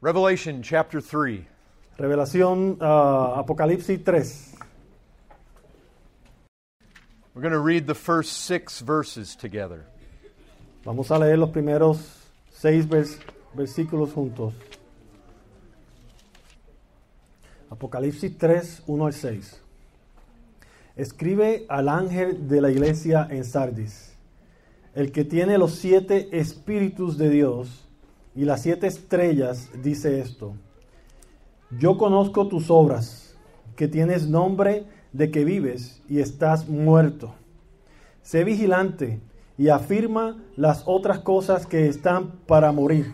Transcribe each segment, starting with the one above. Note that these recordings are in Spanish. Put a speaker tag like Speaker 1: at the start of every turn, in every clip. Speaker 1: Revelation chapter 3.
Speaker 2: Revelación, ah, Apocalipsis 3.
Speaker 1: We're going to read the first six verses together.
Speaker 2: Vamos a leer los primeros seis vers- versículos juntos. Apocalipsis 3, 1 al 6. Escribe al ángel de la iglesia en Sardis, el que tiene los siete espíritus de Dios y las siete estrellas, dice esto. Yo conozco tus obras, que tienes nombre de que vives y estás muerto. Sé vigilante y afirma las otras cosas que están para morir,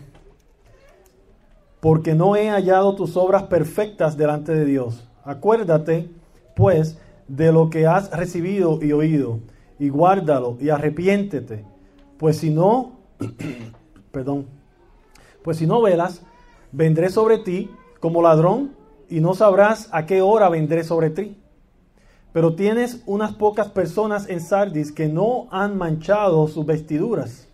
Speaker 2: porque no he hallado tus obras perfectas delante de Dios. Acuérdate, pues, de lo que has recibido y oído, y guárdalo y arrepiéntete, pues si no, perdón, pues si no velas, vendré sobre ti como ladrón y no sabrás a qué hora vendré sobre ti. Pero tienes unas pocas personas en Sardis que no han manchado sus vestiduras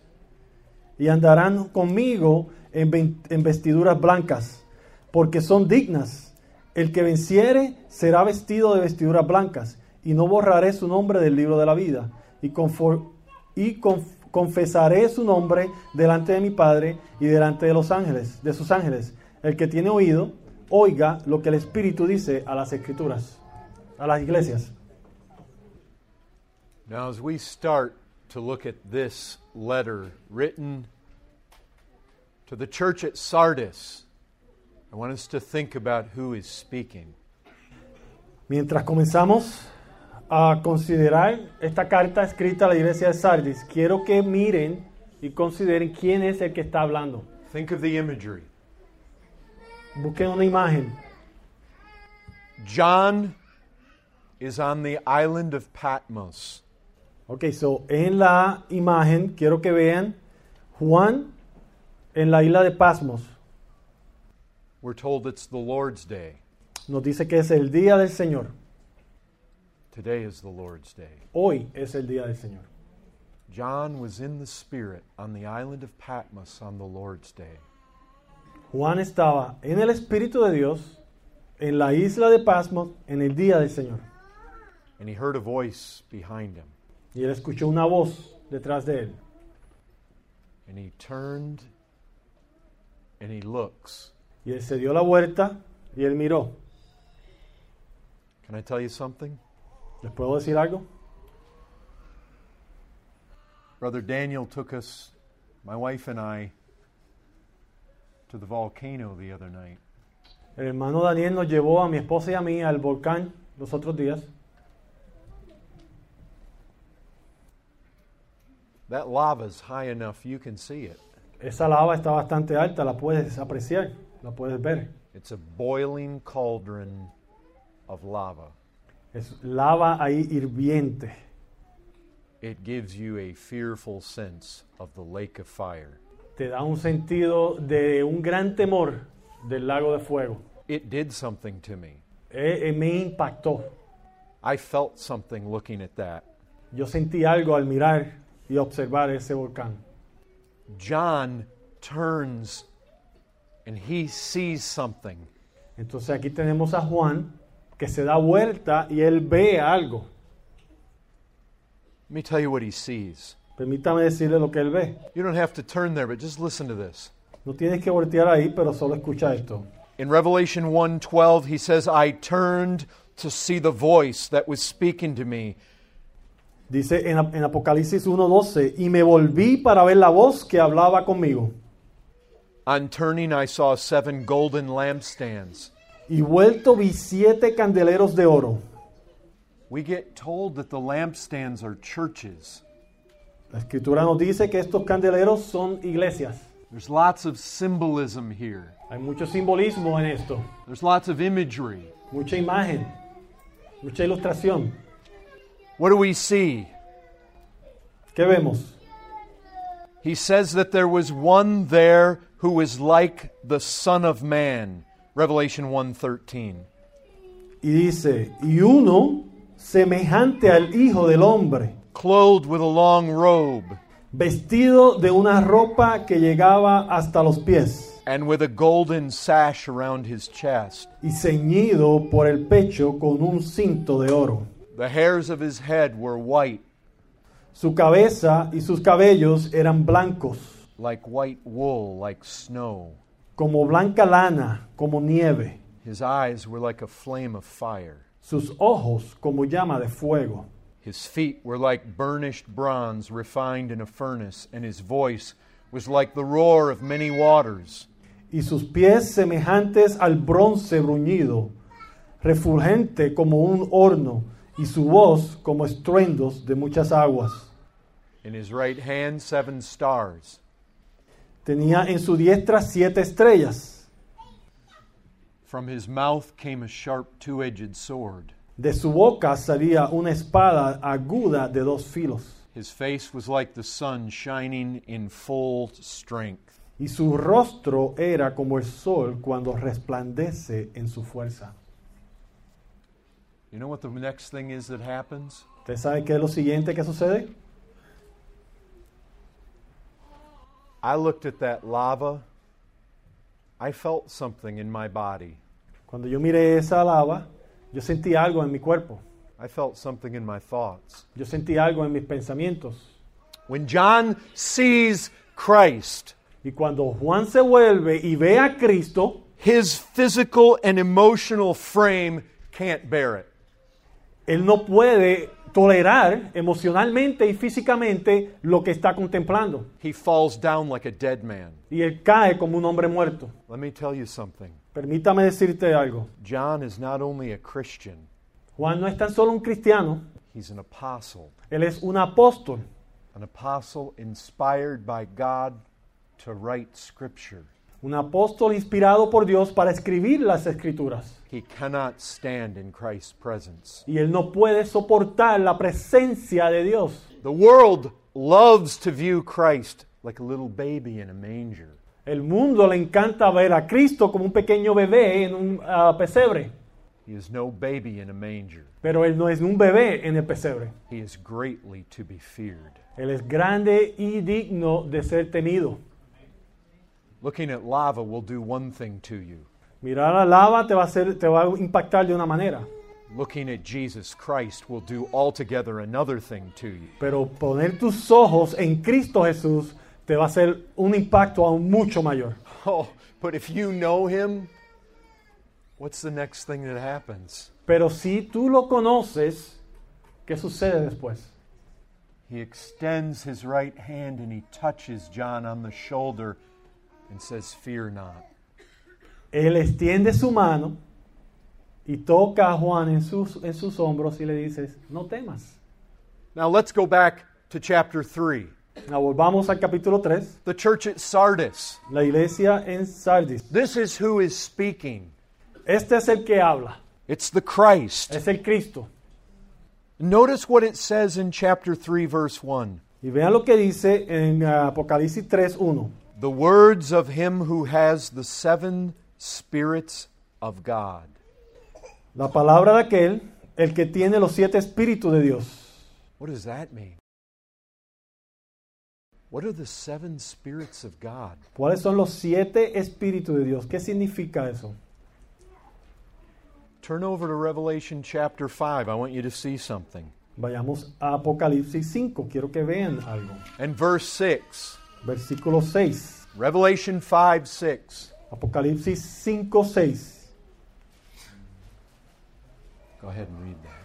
Speaker 2: y andarán conmigo en, ven- en vestiduras blancas, porque son dignas. El que venciere será vestido de vestiduras blancas, y no borraré su nombre del libro de la vida, y, confor- y conf- confesaré su nombre delante de mi Padre y delante de los ángeles, de sus ángeles. El que tiene oído, oiga lo que el Espíritu dice a las escrituras, a las iglesias.
Speaker 1: Now, as we start to look at this letter written to the church at Sardis, I want us to think about who is speaking.
Speaker 2: Mientras comenzamos a considerar esta carta escrita a la iglesia de Sardis, quiero que miren y consideren quién es el que está hablando.
Speaker 1: Think of the imagery.
Speaker 2: Busquen una imagen.
Speaker 1: John is on the island of Patmos.
Speaker 2: Ok, so en la imagen quiero que vean Juan en la isla de Pasmos.
Speaker 1: We're told it's the Lord's Day.
Speaker 2: Nos dice que es el día del Señor.
Speaker 1: Today is the Lord's Day.
Speaker 2: Hoy es el día del Señor.
Speaker 1: John was in the Spirit on the island of Patmos on the Lord's Day.
Speaker 2: Juan estaba en el Espíritu de Dios, en la isla de Pasmos, en el día del Señor.
Speaker 1: and he heard a voice behind him.
Speaker 2: Y él escuchó una voz detrás de él.
Speaker 1: And he turned and he looks.
Speaker 2: Y él se dio la vuelta y él miró.
Speaker 1: Can I tell you something?
Speaker 2: ¿Les puedo decir algo?
Speaker 1: Brother Daniel took us, my wife and I, to the volcano the other night.
Speaker 2: El hermano Daniel nos llevó a mi esposa y a mí al volcán los otros días.
Speaker 1: That lava's high enough you can see it.
Speaker 2: Esa lava está bastante alta, la puedes apreciar, la puedes ver.
Speaker 1: It's a boiling cauldron of lava.
Speaker 2: Es lava ahí hirviente.
Speaker 1: It gives you a fearful sense of the lake of fire.
Speaker 2: Te da un sentido de un gran temor del lago de fuego.
Speaker 1: It did something to me.
Speaker 2: Eh, eh, me impactó.
Speaker 1: I felt something looking at that.
Speaker 2: Yo sentí algo al mirar y observar ese volcán.
Speaker 1: John turns and he sees something.
Speaker 2: Entonces aquí tenemos a Juan que se da vuelta y él ve algo.
Speaker 1: Let me tell you what he sees.
Speaker 2: Permítame decirle lo que él ve.
Speaker 1: You don't have to turn there, but just listen to this.
Speaker 2: No tienes que voltear ahí, pero solo escucha esto.
Speaker 1: In Revelation 1:12, he says, "I turned to see the voice that was speaking to me."
Speaker 2: Dice en, en Apocalipsis 1.12, y me volví para ver la voz que hablaba conmigo.
Speaker 1: On turning, I saw seven golden lampstands.
Speaker 2: Y vuelto vi siete candeleros de oro.
Speaker 1: We get told that the lampstands are churches.
Speaker 2: La escritura nos dice que estos candeleros son iglesias.
Speaker 1: There's lots of symbolism here.
Speaker 2: Hay mucho simbolismo en esto,
Speaker 1: There's lots of imagery.
Speaker 2: mucha imagen, mucha ilustración.
Speaker 1: What do we see?
Speaker 2: ¿Qué vemos?
Speaker 1: He says that there was one there who was like the son of man. Revelation 1:13.
Speaker 2: Y dice, y uno semejante al Hijo del Hombre,
Speaker 1: Clothed with a long robe,
Speaker 2: vestido de una ropa que llegaba hasta los pies
Speaker 1: and with a golden sash around his chest.
Speaker 2: y ceñido por el pecho con un cinto de oro.
Speaker 1: The hairs of his head were white,
Speaker 2: Su cabeza y sus cabellos eran blancos,
Speaker 1: like white wool, like snow.
Speaker 2: como blanca lana, como nieve.
Speaker 1: His eyes were like a flame of fire.
Speaker 2: Sus ojos como llama de fuego.
Speaker 1: His feet were like burnished bronze refined in a furnace, and his voice was like the roar of many waters.
Speaker 2: Y sus pies semejantes al bronce bruñido, refulgente como un horno, y su voz como estruendos de muchas aguas.
Speaker 1: In his right hand, seven stars.
Speaker 2: Tenía en su diestra siete estrellas.
Speaker 1: From his mouth came a sharp two edged sword.
Speaker 2: De su boca salía una espada aguda de dos filos.
Speaker 1: His face was like the sun shining in full strength.
Speaker 2: y su rostro era como el sol cuando resplandece en su fuerza.
Speaker 1: You know what the next thing is that happens?
Speaker 2: ¿Usted sabe qué es lo siguiente que sucede?
Speaker 1: I looked at that lava. I felt something in my body.
Speaker 2: Cuando yo miré esa lava, yo sentí algo en mi cuerpo,
Speaker 1: I felt something in my thoughts.
Speaker 2: yo sentí algo en mis pensamientos.
Speaker 1: When John sees Christ,
Speaker 2: Y cuando Juan se vuelve y ve a Cristo,
Speaker 1: his physical and emotional frame can't bear it.
Speaker 2: él no puede tolerar emocionalmente y físicamente lo que está contemplando.
Speaker 1: He falls down like a dead man.
Speaker 2: Y él cae como un hombre muerto.
Speaker 1: Let me tell you something.
Speaker 2: Permítame decirte algo.
Speaker 1: John is not only a Christian,
Speaker 2: Juan no es tan solo un cristiano,
Speaker 1: he's an apostle.
Speaker 2: él es un apóstol.
Speaker 1: An apostle inspired by God to write scripture.
Speaker 2: un apóstol inspirado por Dios para escribir las escrituras.
Speaker 1: He cannot stand in Christ's presence.
Speaker 2: Y él no puede soportar la presencia de Dios.
Speaker 1: The world loves to view Christ like a little baby in a manger.
Speaker 2: El mundo le encanta ver a Cristo como un pequeño bebé en un ah, pesebre,
Speaker 1: He is no baby in a manger.
Speaker 2: pero él no es un bebé en el pesebre.
Speaker 1: He is greatly to be feared.
Speaker 2: Él es grande y digno de ser tenido.
Speaker 1: Looking at lava will do one thing to you.
Speaker 2: Mirar a lava te va a, hacer- te va a impactar de una manera,
Speaker 1: Looking at Jesus Christ will do altogether another thing to you.
Speaker 2: pero poner tus ojos en Cristo Jesús te va a hacer un impacto aún mucho mayor.
Speaker 1: Oh, but if you know him, what's the next thing that happens?
Speaker 2: Pero si tú lo conoces, ¿qué sucede después?
Speaker 1: He extends his right hand and he touches John on the shoulder and says, Fear not.
Speaker 2: Él extiende su mano y toca a Juan en sus, en sus hombros y le dices, no temas.
Speaker 1: Now let's go back to chapter 3,
Speaker 2: Ahora volvamos al capítulo 3,
Speaker 1: the church at Sardis.
Speaker 2: la iglesia en Sardis.
Speaker 1: This is who is speaking.
Speaker 2: Este es el que habla,
Speaker 1: It's the Christ.
Speaker 2: es el Cristo.
Speaker 1: Notice what it says in chapter 3, verse 1.
Speaker 2: Y vean lo que dice en ah, Apocalipsis 3, 1.
Speaker 1: The words of him who has the seven spirits of God.
Speaker 2: La palabra de aquel, el que tiene los siete espíritus de Dios.
Speaker 1: What does that mean? What are the seven spirits of God?
Speaker 2: ¿Cuáles son los siete espíritus de Dios? ¿Qué significa eso?
Speaker 1: Turn over to Revelation chapter 5. I want you to see something.
Speaker 2: Vayamos a Apocalipsis 5, quiero que vean algo.
Speaker 1: And verse 6.
Speaker 2: Versículo 6.
Speaker 1: Revelation 5 6.
Speaker 2: Apocalipsis 5, 6.
Speaker 1: Go ahead and read that.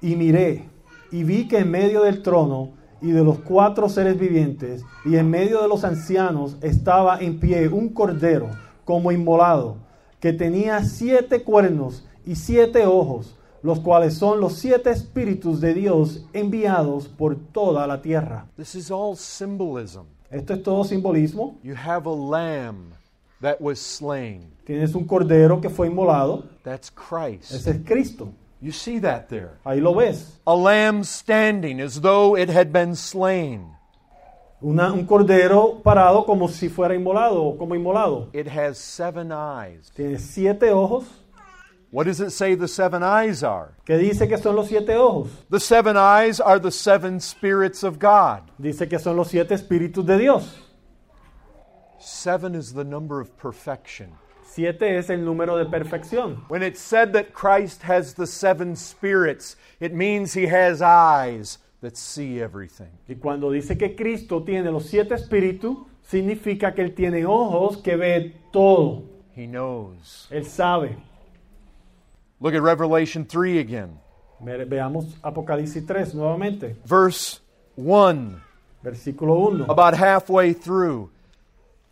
Speaker 2: Y miré, y vi que en medio del trono y de los cuatro seres vivientes y en medio de los ancianos estaba en pie un cordero como inmolado, que tenía siete cuernos y siete ojos, los cuales son los siete espíritus de Dios enviados por toda la tierra.
Speaker 1: This is all symbolism.
Speaker 2: Esto es todo simbolismo.
Speaker 1: You have a lamb that was slain.
Speaker 2: Tienes un cordero que fue inmolado,
Speaker 1: That's Christ.
Speaker 2: ese es Cristo.
Speaker 1: You see that there.
Speaker 2: Ahí lo ves.
Speaker 1: A lamb standing as though it had been slain.
Speaker 2: Una- un cordero parado como si fuera inmolado o como inmolado.
Speaker 1: It has seven eyes.
Speaker 2: Tiene siete ojos.
Speaker 1: What does it say the seven eyes are?
Speaker 2: que dice que son los siete ojos?
Speaker 1: The seven eyes are the seven spirits of God.
Speaker 2: Dice que son los siete espíritus de Dios.
Speaker 1: Seven is the number of perfection.
Speaker 2: Siete es el número de perfección.
Speaker 1: When it's said that Christ has the seven spirits, it means he has eyes that see everything.
Speaker 2: Y cuando dice que Cristo tiene los siete espíritus, significa que Él tiene ojos que ve todo.
Speaker 1: He knows.
Speaker 2: Él sabe.
Speaker 1: Look at Revelation 3 again.
Speaker 2: Ve- Veamos Apocalipsis 3 nuevamente,
Speaker 1: Verse 1,
Speaker 2: versículo 1.
Speaker 1: about halfway through.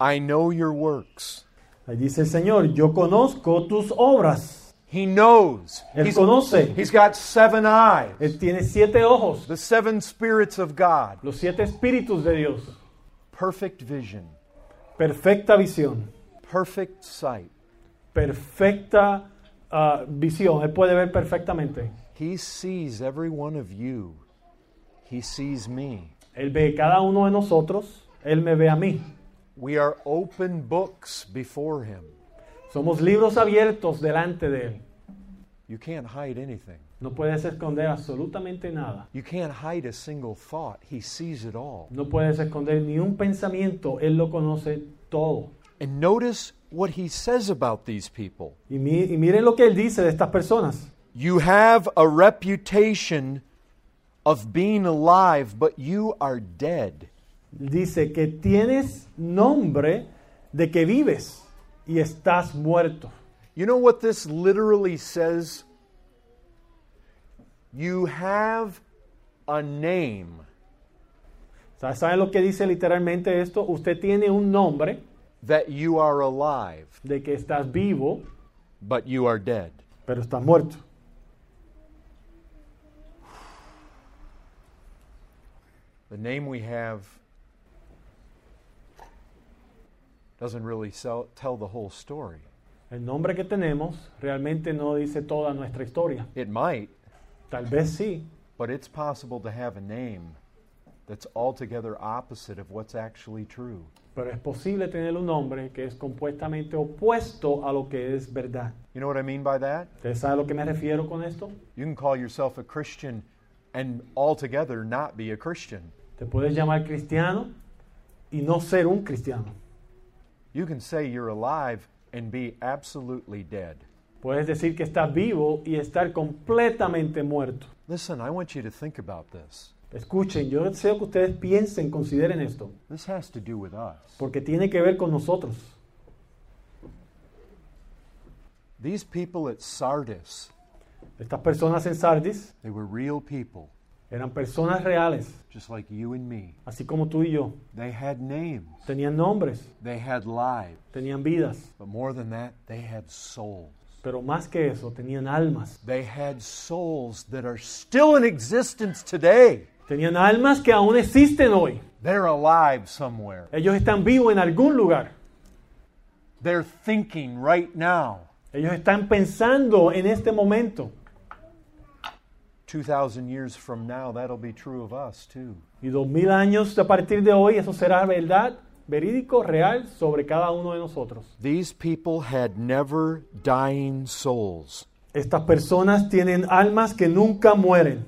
Speaker 1: I know your works.
Speaker 2: Ahí dice el Señor, yo conozco tus obras.
Speaker 1: He knows.
Speaker 2: Él conoce.
Speaker 1: he's got seven eyes.
Speaker 2: Él tiene siete ojos,
Speaker 1: The seven spirits of God.
Speaker 2: los siete espíritus de Dios.
Speaker 1: Perfect vision,
Speaker 2: Perfecta visión,
Speaker 1: perfect sight.
Speaker 2: perfecta ah, visión. Él puede ver perfectamente.
Speaker 1: He sees every one of you. He sees me.
Speaker 2: Él ve cada uno de nosotros, Él me ve a mí.
Speaker 1: We are open books before him.
Speaker 2: Somos libros abiertos delante de Él.
Speaker 1: You can't hide anything.
Speaker 2: No puedes esconder absolutamente nada.
Speaker 1: You can't hide a single thought. He sees it all.
Speaker 2: No puedes esconder ni un pensamiento. Él lo conoce todo.
Speaker 1: And notice what he says about these people.
Speaker 2: Y, mi- y miren lo que Él dice de estas personas.
Speaker 1: You have a reputation of being alive, but you are dead.
Speaker 2: Dice que tienes nombre de que vives y estás muerto.
Speaker 1: You know what this literally says? You have a name
Speaker 2: O sea, ¿Saben lo que dice literalmente esto? Usted tiene un nombre
Speaker 1: that you are alive,
Speaker 2: de que estás vivo,
Speaker 1: but you are dead.
Speaker 2: pero estás muerto.
Speaker 1: The name we have doesn't really sell, tell the whole story.
Speaker 2: El nombre que tenemos realmente no dice toda nuestra historia.
Speaker 1: It might,
Speaker 2: Tal vez sí,
Speaker 1: but it's possible to have a name that's altogether opposite of what's actually true.
Speaker 2: pero es posible tener un nombre que es completamente opuesto a lo que es verdad.
Speaker 1: You know what I mean by that?
Speaker 2: ¿Ustedes saben a lo que me refiero con esto?
Speaker 1: You can call yourself a Christian and altogether not be a Christian.
Speaker 2: Te puedes llamar cristiano y no ser un cristiano.
Speaker 1: You can say you're alive and be absolutely dead.
Speaker 2: Puedes decir que estás vivo y estar completamente muerto.
Speaker 1: Listen, I want you to think about this.
Speaker 2: Escuchen, yo deseo que ustedes piensen, consideren esto,
Speaker 1: This has to do with us.
Speaker 2: porque tiene que ver con nosotros.
Speaker 1: These people at Sardis,
Speaker 2: Estas personas en Sardis
Speaker 1: they were real people,
Speaker 2: eran personas reales,
Speaker 1: just like you and me.
Speaker 2: así como tú y yo.
Speaker 1: They had names,
Speaker 2: Tenían nombres,
Speaker 1: they had lives,
Speaker 2: tenían vidas,
Speaker 1: but more than that, they had souls.
Speaker 2: pero más que eso, tenían almas.
Speaker 1: They had souls that are still in existence today.
Speaker 2: Tenían almas que aún existen hoy.
Speaker 1: They're alive somewhere.
Speaker 2: Ellos están vivos en algún lugar.
Speaker 1: They're thinking right now.
Speaker 2: Ellos están pensando en este momento.
Speaker 1: 2,000 years from now, that'll be true of us too.
Speaker 2: Y dos mil años a partir de hoy, eso será verdad, verídico, real sobre cada uno de nosotros.
Speaker 1: These people had never dying souls
Speaker 2: Estas personas tienen almas que nunca mueren,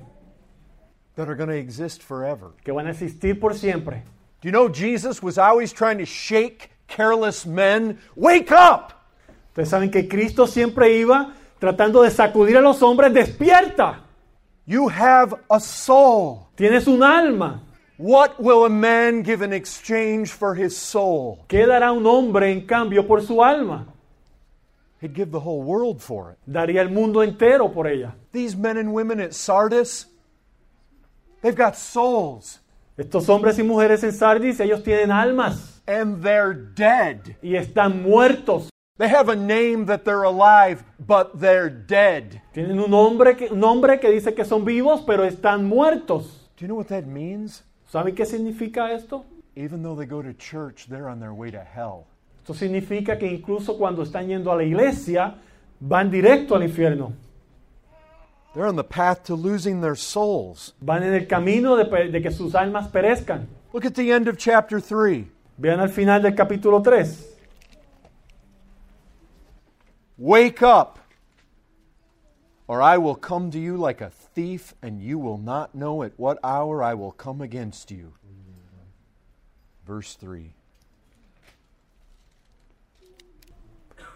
Speaker 1: that are going to exist forever.
Speaker 2: que van a existir por siempre.
Speaker 1: Do you know Jesus was always trying to shake careless men? Wake up!
Speaker 2: Ustedes saben que Cristo siempre iba tratando de sacudir a los hombres, despierta,
Speaker 1: You have a soul.
Speaker 2: tienes un alma.
Speaker 1: What will a man give in exchange for his soul?
Speaker 2: ¿Qué dará un hombre en cambio por su alma?
Speaker 1: He'd give the whole world for it.
Speaker 2: Daría el mundo entero por ella.
Speaker 1: These men and women at Sardis, they've got souls
Speaker 2: Estos hombres y mujeres en Sardis, ellos tienen almas
Speaker 1: and they're dead.
Speaker 2: y están muertos.
Speaker 1: They have a name that they're alive, but they're dead.
Speaker 2: Tienen un nombre, que, un hombre que dice que son vivos, pero están muertos.
Speaker 1: Do you know what that means?
Speaker 2: ¿Saben qué significa esto?
Speaker 1: Even though they go to church, they're on their way to hell.
Speaker 2: Esto significa que incluso cuando están yendo a la iglesia, van directo al infierno.
Speaker 1: They're on the path to losing their souls.
Speaker 2: Van en el camino de, pe- de que sus almas perezcan.
Speaker 1: Look at the end of chapter 3.
Speaker 2: Vean al final del capítulo 3.
Speaker 1: Wake up, or I will come to you like a thief, and you will not know at what hour I will come against you. Verse 3.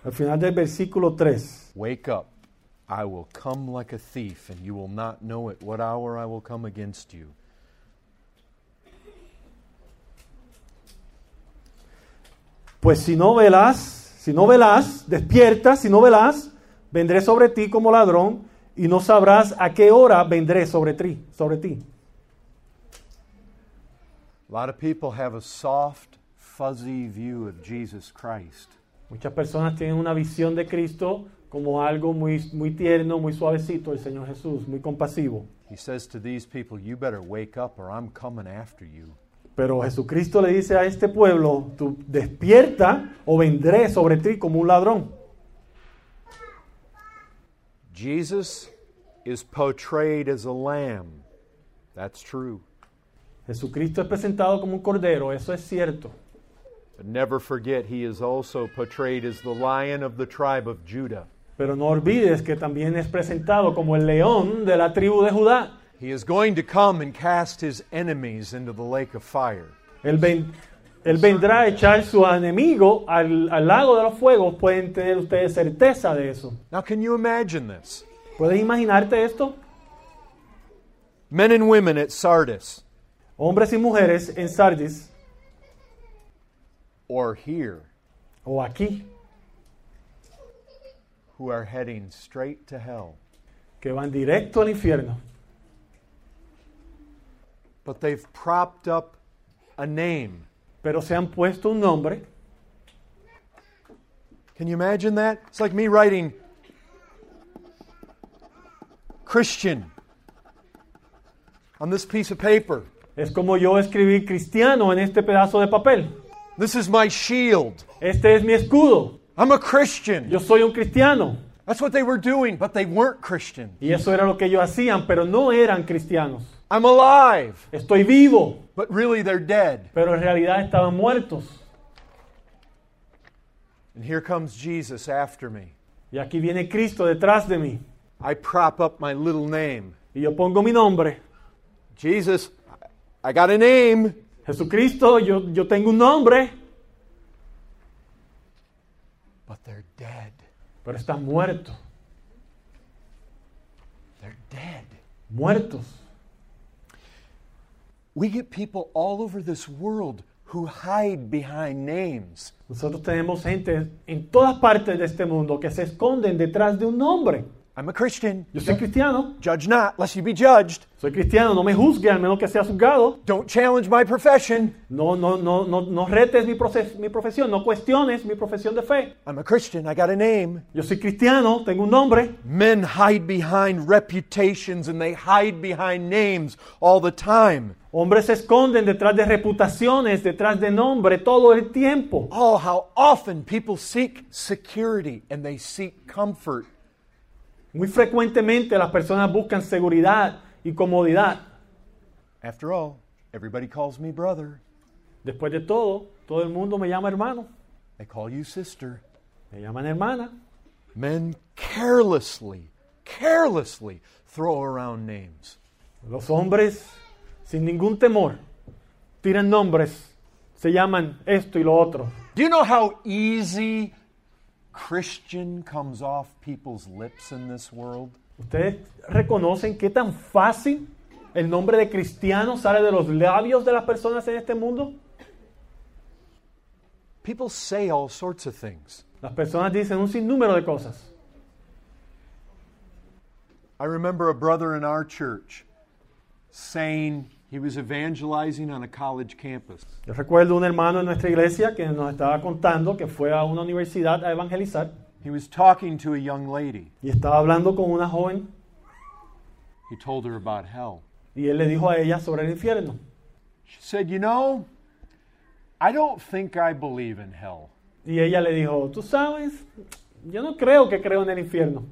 Speaker 2: Al final del versículo 3.
Speaker 1: Wake up. I will come like a thief, and you will not know at what hour I will come against you.
Speaker 2: Pues si no velas, si no velas, despierta, si no velas, vendré sobre ti como ladrón y no sabrás a qué hora vendré sobre ti, sobre ti.
Speaker 1: A lot of people have a soft, fuzzy view of Jesus Christ.
Speaker 2: Muchas personas tienen una visión de Cristo como algo muy, muy tierno, muy suavecito, el Señor Jesús, muy compasivo.
Speaker 1: He says to these people, You better wake up, or I'm coming after you.
Speaker 2: Pero Jesucristo le dice a este pueblo, tú despierta o vendré sobre ti como un ladrón.
Speaker 1: Jesus is portrayed as a lamb. That's true.
Speaker 2: Jesucristo es presentado como un cordero, eso es cierto.
Speaker 1: But never forget, he is also portrayed as the lion of the tribe of Judah.
Speaker 2: Pero no olvides que también es presentado como el león de la tribu de Judá.
Speaker 1: He is going to come and cast his enemies into the lake of fire.
Speaker 2: Él, ven- él vendrá a echar su enemigo al, al lago de los fuegos. Pueden tener ustedes certeza de eso.
Speaker 1: Now, can you imagine this?
Speaker 2: ¿Puedes imaginarte esto?
Speaker 1: Men and women at Sardis,
Speaker 2: Hombres y mujeres en Sardis
Speaker 1: or here,
Speaker 2: o aquí
Speaker 1: who are heading straight to hell,
Speaker 2: que van directo al infierno.
Speaker 1: but they've propped up a name.
Speaker 2: Pero se han puesto un nombre.
Speaker 1: Can you imagine that? It's like me writing Christian on this piece of paper.
Speaker 2: Es como yo escribí cristiano en este pedazo de papel.
Speaker 1: This is my shield.
Speaker 2: Este es mi escudo.
Speaker 1: I'm a Christian.
Speaker 2: Yo soy un cristiano.
Speaker 1: That's what they were doing, but they weren't Christian.
Speaker 2: Y eso era lo que ellos hacían, pero no eran cristianos.
Speaker 1: I'm alive,
Speaker 2: Estoy vivo,
Speaker 1: but really they're dead.
Speaker 2: pero en realidad estaban muertos.
Speaker 1: And here comes Jesus after me.
Speaker 2: Y aquí viene Cristo detrás de mí.
Speaker 1: I prop up my little name.
Speaker 2: Y yo pongo mi nombre.
Speaker 1: Jesus, I got a name.
Speaker 2: Jesucristo, yo, yo tengo un nombre,
Speaker 1: But they're dead.
Speaker 2: pero están muertos.
Speaker 1: They're dead.
Speaker 2: Muertos.
Speaker 1: We get people all over this world who hide behind names.
Speaker 2: Nosotros tenemos gente en todas partes de este mundo que se esconden detrás de un nombre.
Speaker 1: I'm a Christian.
Speaker 2: Yo soy cristiano,
Speaker 1: Judge not, lest you be judged.
Speaker 2: soy cristiano, no me juzgue al menos que sea juzgado.
Speaker 1: Don't challenge my profession.
Speaker 2: No, no, no, no, no retes mi, proces- mi profesión, no cuestiones mi profesión de fe.
Speaker 1: I'm a Christian. I got a name.
Speaker 2: Yo soy cristiano, tengo un nombre.
Speaker 1: Men hide behind reputations and they hide behind names all the time.
Speaker 2: Hombres se esconden detrás de reputaciones, detrás de nombre todo el tiempo.
Speaker 1: Oh, how often people seek security and they seek comfort.
Speaker 2: Muy frecuentemente las personas buscan seguridad y comodidad.
Speaker 1: After all, everybody calls me brother.
Speaker 2: Después de todo, todo el mundo me llama hermano,
Speaker 1: They call you sister.
Speaker 2: me llaman hermana.
Speaker 1: Men carelessly, carelessly throw around names.
Speaker 2: Los hombres, sin ningún temor, tiran nombres, se llaman esto y lo otro.
Speaker 1: Do you know how easy Christian comes off people's lips in this world?
Speaker 2: Ustedes reconocen qué tan fácil el nombre de cristiano sale de los labios de las personas en este mundo.
Speaker 1: People say all sorts of things.
Speaker 2: Las personas dicen un sinnúmero de cosas.
Speaker 1: I remember a brother in our church saying he was evangelizing on a college campus.
Speaker 2: Yo recuerdo un hermano en nuestra iglesia que nos estaba contando que fue a una universidad a evangelizar
Speaker 1: He was talking to a young lady.
Speaker 2: y estaba hablando con una joven
Speaker 1: He told her about hell.
Speaker 2: y él le dijo a ella sobre el infierno.
Speaker 1: She said, You know, I don't think I believe in hell.
Speaker 2: Y ella le dijo, tú sabes, yo no creo que creo en el infierno.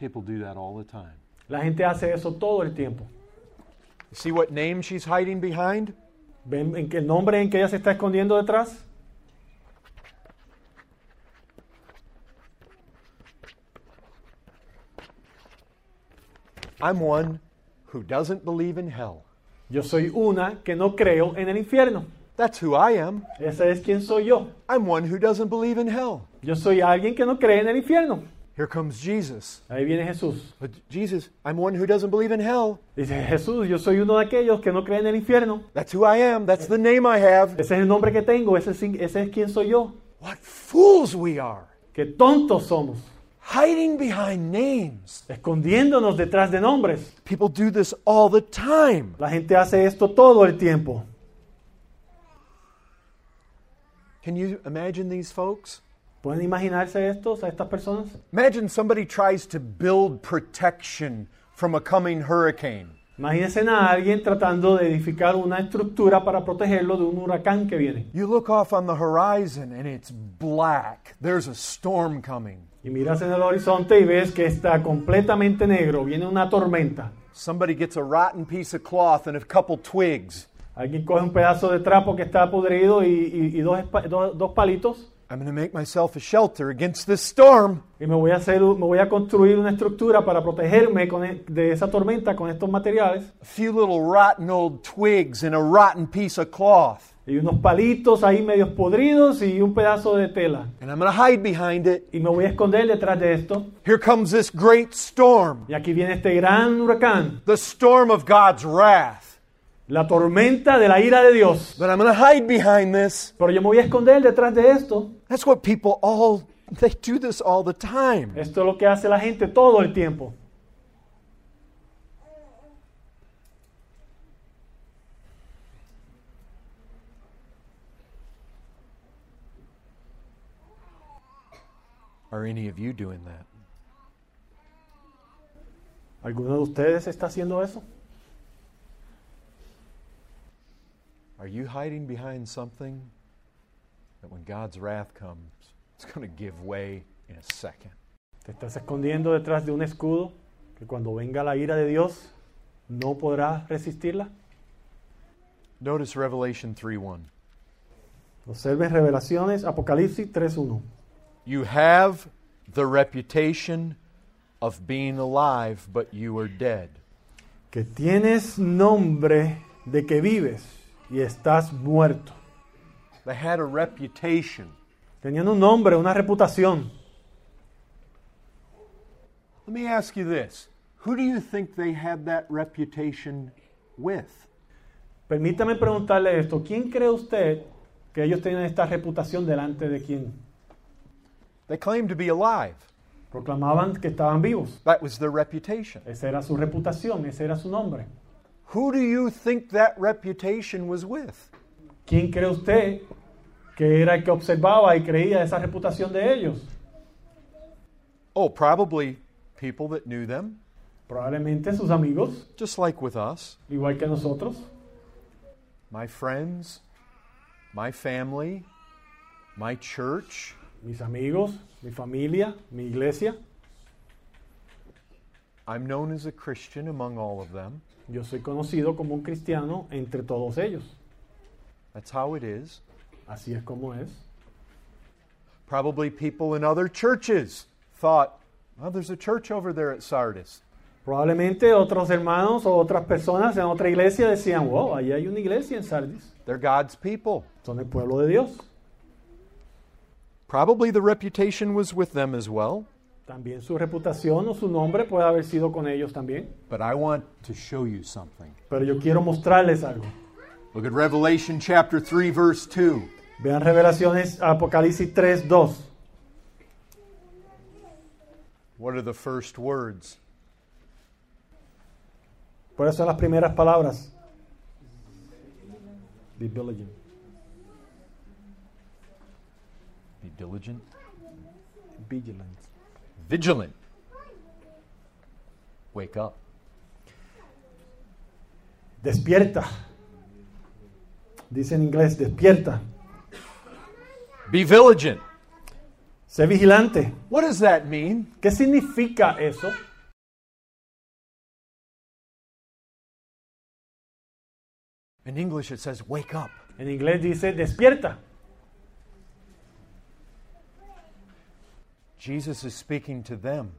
Speaker 1: People do that all the time.
Speaker 2: La gente hace eso todo el tiempo.
Speaker 1: You see what name she's hiding behind?
Speaker 2: ¿Ven en que el nombre en que ella se está escondiendo detrás?
Speaker 1: I'm one who doesn't believe in hell.
Speaker 2: Yo soy una que no creo en el infierno.
Speaker 1: That's who I am.
Speaker 2: Ese es quien soy yo.
Speaker 1: I'm one who doesn't believe in hell.
Speaker 2: Yo soy alguien que no cree en el infierno.
Speaker 1: Here comes Jesus.
Speaker 2: Ahí viene Jesús.
Speaker 1: But Jesus, I'm one who doesn't believe in hell.
Speaker 2: Dice, Jesús, yo soy uno de aquellos que no creen en el infierno.
Speaker 1: That's who I am. That's the name I have.
Speaker 2: Ese es el nombre que tengo, ese es, ese es quien soy yo.
Speaker 1: What fools we are,
Speaker 2: Qué tontos somos,
Speaker 1: hiding behind names.
Speaker 2: escondiéndonos detrás de nombres.
Speaker 1: People do this all the time.
Speaker 2: La gente hace esto todo el tiempo.
Speaker 1: Can you imagine these folks?
Speaker 2: ¿Pueden imaginarse estos, a estas personas?
Speaker 1: Imagine somebody tries to build protection from a coming hurricane.
Speaker 2: Imagínense a alguien tratando de edificar una estructura para protegerlo de un huracán que viene.
Speaker 1: You look off on the horizon and it's black. There's a storm coming.
Speaker 2: Y miras en el horizonte y ves que está completamente negro, viene una tormenta.
Speaker 1: Somebody gets a rotten piece of cloth and a couple twigs.
Speaker 2: Alguien coge un pedazo de trapo que está podrido y, y- y dos, espa- do- dos palitos
Speaker 1: I'm going to make myself a shelter against this storm.
Speaker 2: y me voy a hacer, un- me voy a construir una estructura para protegerme con e- de esa tormenta con estos materiales
Speaker 1: A few little rotten old twigs and a rotten piece of cloth.
Speaker 2: y unos palitos ahí medios podridos y un pedazo de tela
Speaker 1: And I'm going to hide behind it.
Speaker 2: y me voy a esconder detrás de esto
Speaker 1: Here comes this great storm,
Speaker 2: y aquí viene este gran huracán,
Speaker 1: the storm of God's wrath.
Speaker 2: la tormenta de la ira de Dios.
Speaker 1: But I'm going to hide behind this.
Speaker 2: Pero yo me voy a esconder detrás de esto.
Speaker 1: That's what people all they do this all the time.
Speaker 2: Esto es lo que hace la gente todo el tiempo.
Speaker 1: Are any of you doing that?
Speaker 2: ¿Alguno de ustedes está haciendo eso?
Speaker 1: Are you hiding behind something that when God's wrath comes, it's going to give way in a second?
Speaker 2: Te estás escondiendo detrás de un escudo que cuando venga la ira de Dios no podrás resistirla.
Speaker 1: Notice Revelation 3:1.
Speaker 2: Observen Revelaciones, Apocalipsis 3.1.
Speaker 1: You have the reputation of being alive, but you are dead.
Speaker 2: Que tienes nombre de que vives y estás muerto.
Speaker 1: They had a reputation.
Speaker 2: Tenían un nombre, una reputación.
Speaker 1: Let me ask you this. Who do you think they had that reputation with?
Speaker 2: Permítame preguntarle esto. ¿Quién cree usted que ellos tienen esta reputación delante de quién?
Speaker 1: They claimed to be alive.
Speaker 2: Proclamaban que estaban vivos.
Speaker 1: That was their reputation.
Speaker 2: Esa era su reputación, ese era su nombre.
Speaker 1: Who do you think that reputation was with?
Speaker 2: ¿Quién cree usted que era el que observaba y creía esa reputación de ellos?
Speaker 1: Oh, probably people that knew them,
Speaker 2: Probablemente sus amigos,
Speaker 1: just like with us.
Speaker 2: igual que nosotros,
Speaker 1: My friends, my family, my church.
Speaker 2: mis amigos, mi familia, mi iglesia.
Speaker 1: I'm known as a Christian among all of them.
Speaker 2: Yo soy conocido como un cristiano entre todos ellos.
Speaker 1: That's how it is.
Speaker 2: Así es como es.
Speaker 1: Probably people in other churches thought, well, there's a church over there at Sardis.
Speaker 2: Probablemente otros hermanos o otras personas en otra iglesia decían, wow, ahí hay una iglesia en Sardis.
Speaker 1: They're God's people.
Speaker 2: Son el pueblo de Dios.
Speaker 1: Probably the reputation was with them as well.
Speaker 2: También su reputación o su nombre puede haber sido con ellos también.
Speaker 1: But I want to show you something.
Speaker 2: Pero yo quiero mostrarles algo.
Speaker 1: Look at Revelation chapter 3, verse 2.
Speaker 2: Vean Revelaciones Apocalipsis 3, 2.
Speaker 1: What are the first words?
Speaker 2: Por eso son las primeras palabras. Be diligent.
Speaker 1: Be diligent,
Speaker 2: Vigilant.
Speaker 1: vigilant. Wake up.
Speaker 2: Despierta. Dice en inglés, despierta.
Speaker 1: Be vigilant.
Speaker 2: Sé vigilante.
Speaker 1: What does that mean?
Speaker 2: ¿Qué significa eso?
Speaker 1: In English, it says wake up.
Speaker 2: En inglés dice, despierta.
Speaker 1: Jesus is speaking to them.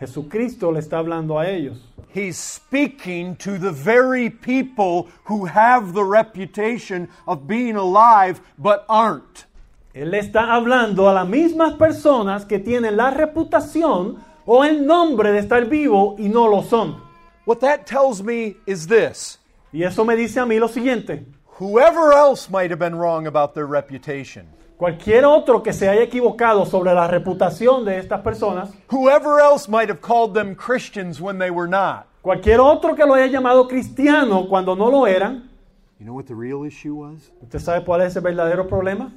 Speaker 2: Jesucristo le está hablando a ellos.
Speaker 1: He's speaking to the very people who have the reputation of being alive but aren't.
Speaker 2: Él le está hablando a las mismas personas que tienen la reputación o el nombre de estar vivo y no lo son.
Speaker 1: What that tells me is this
Speaker 2: Y eso me dice a mí lo siguiente.
Speaker 1: whoever else might have been wrong about their reputation,
Speaker 2: Cualquier otro que se haya equivocado sobre la reputación de estas personas,
Speaker 1: whoever else might have called them Christians when they were not.
Speaker 2: cualquier otro que lo haya llamado cristiano cuando no lo eran,
Speaker 1: You know what the real issue was?
Speaker 2: ¿usted sabe cuál es el verdadero problema?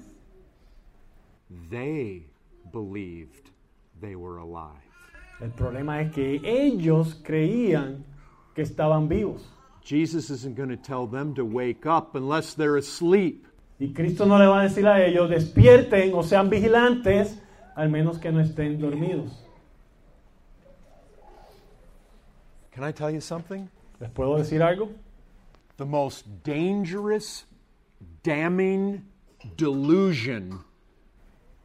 Speaker 1: They believed they were alive.
Speaker 2: El problema es que ellos creían que estaban vivos.
Speaker 1: Jesus isn't going to tell them to wake up unless they're asleep.
Speaker 2: Y Cristo no le va a decir a ellos, despierten o sean vigilantes, al menos que no estén dormidos.
Speaker 1: Can I tell you something?
Speaker 2: ¿Les puedo decir algo?
Speaker 1: The most dangerous, damning delusion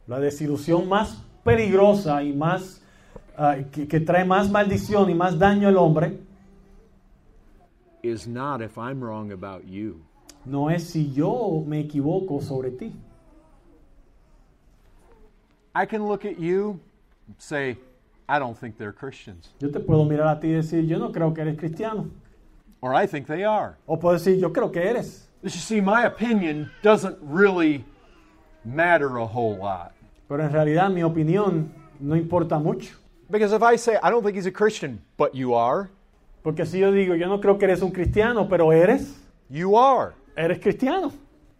Speaker 2: La desilusión más peligrosa y más ah, que, que trae más maldición y más daño al hombre
Speaker 1: is not if I'm wrong about you.
Speaker 2: no es si yo me equivoco sobre ti.
Speaker 1: I can look at you and say, I don't think they're Christians,
Speaker 2: Yo te puedo mirar a ti y decir, yo no creo que eres cristiano.
Speaker 1: or I think they are.
Speaker 2: O puedo decir, yo creo que eres.
Speaker 1: But You see, my opinion doesn't really matter a whole lot.
Speaker 2: Pero en realidad mi opinión no importa mucho.
Speaker 1: Because if I say, I don't think he's a Christian, but you are,
Speaker 2: Porque si yo digo, yo no creo que eres un cristiano, pero eres,
Speaker 1: you are.
Speaker 2: eres cristiano.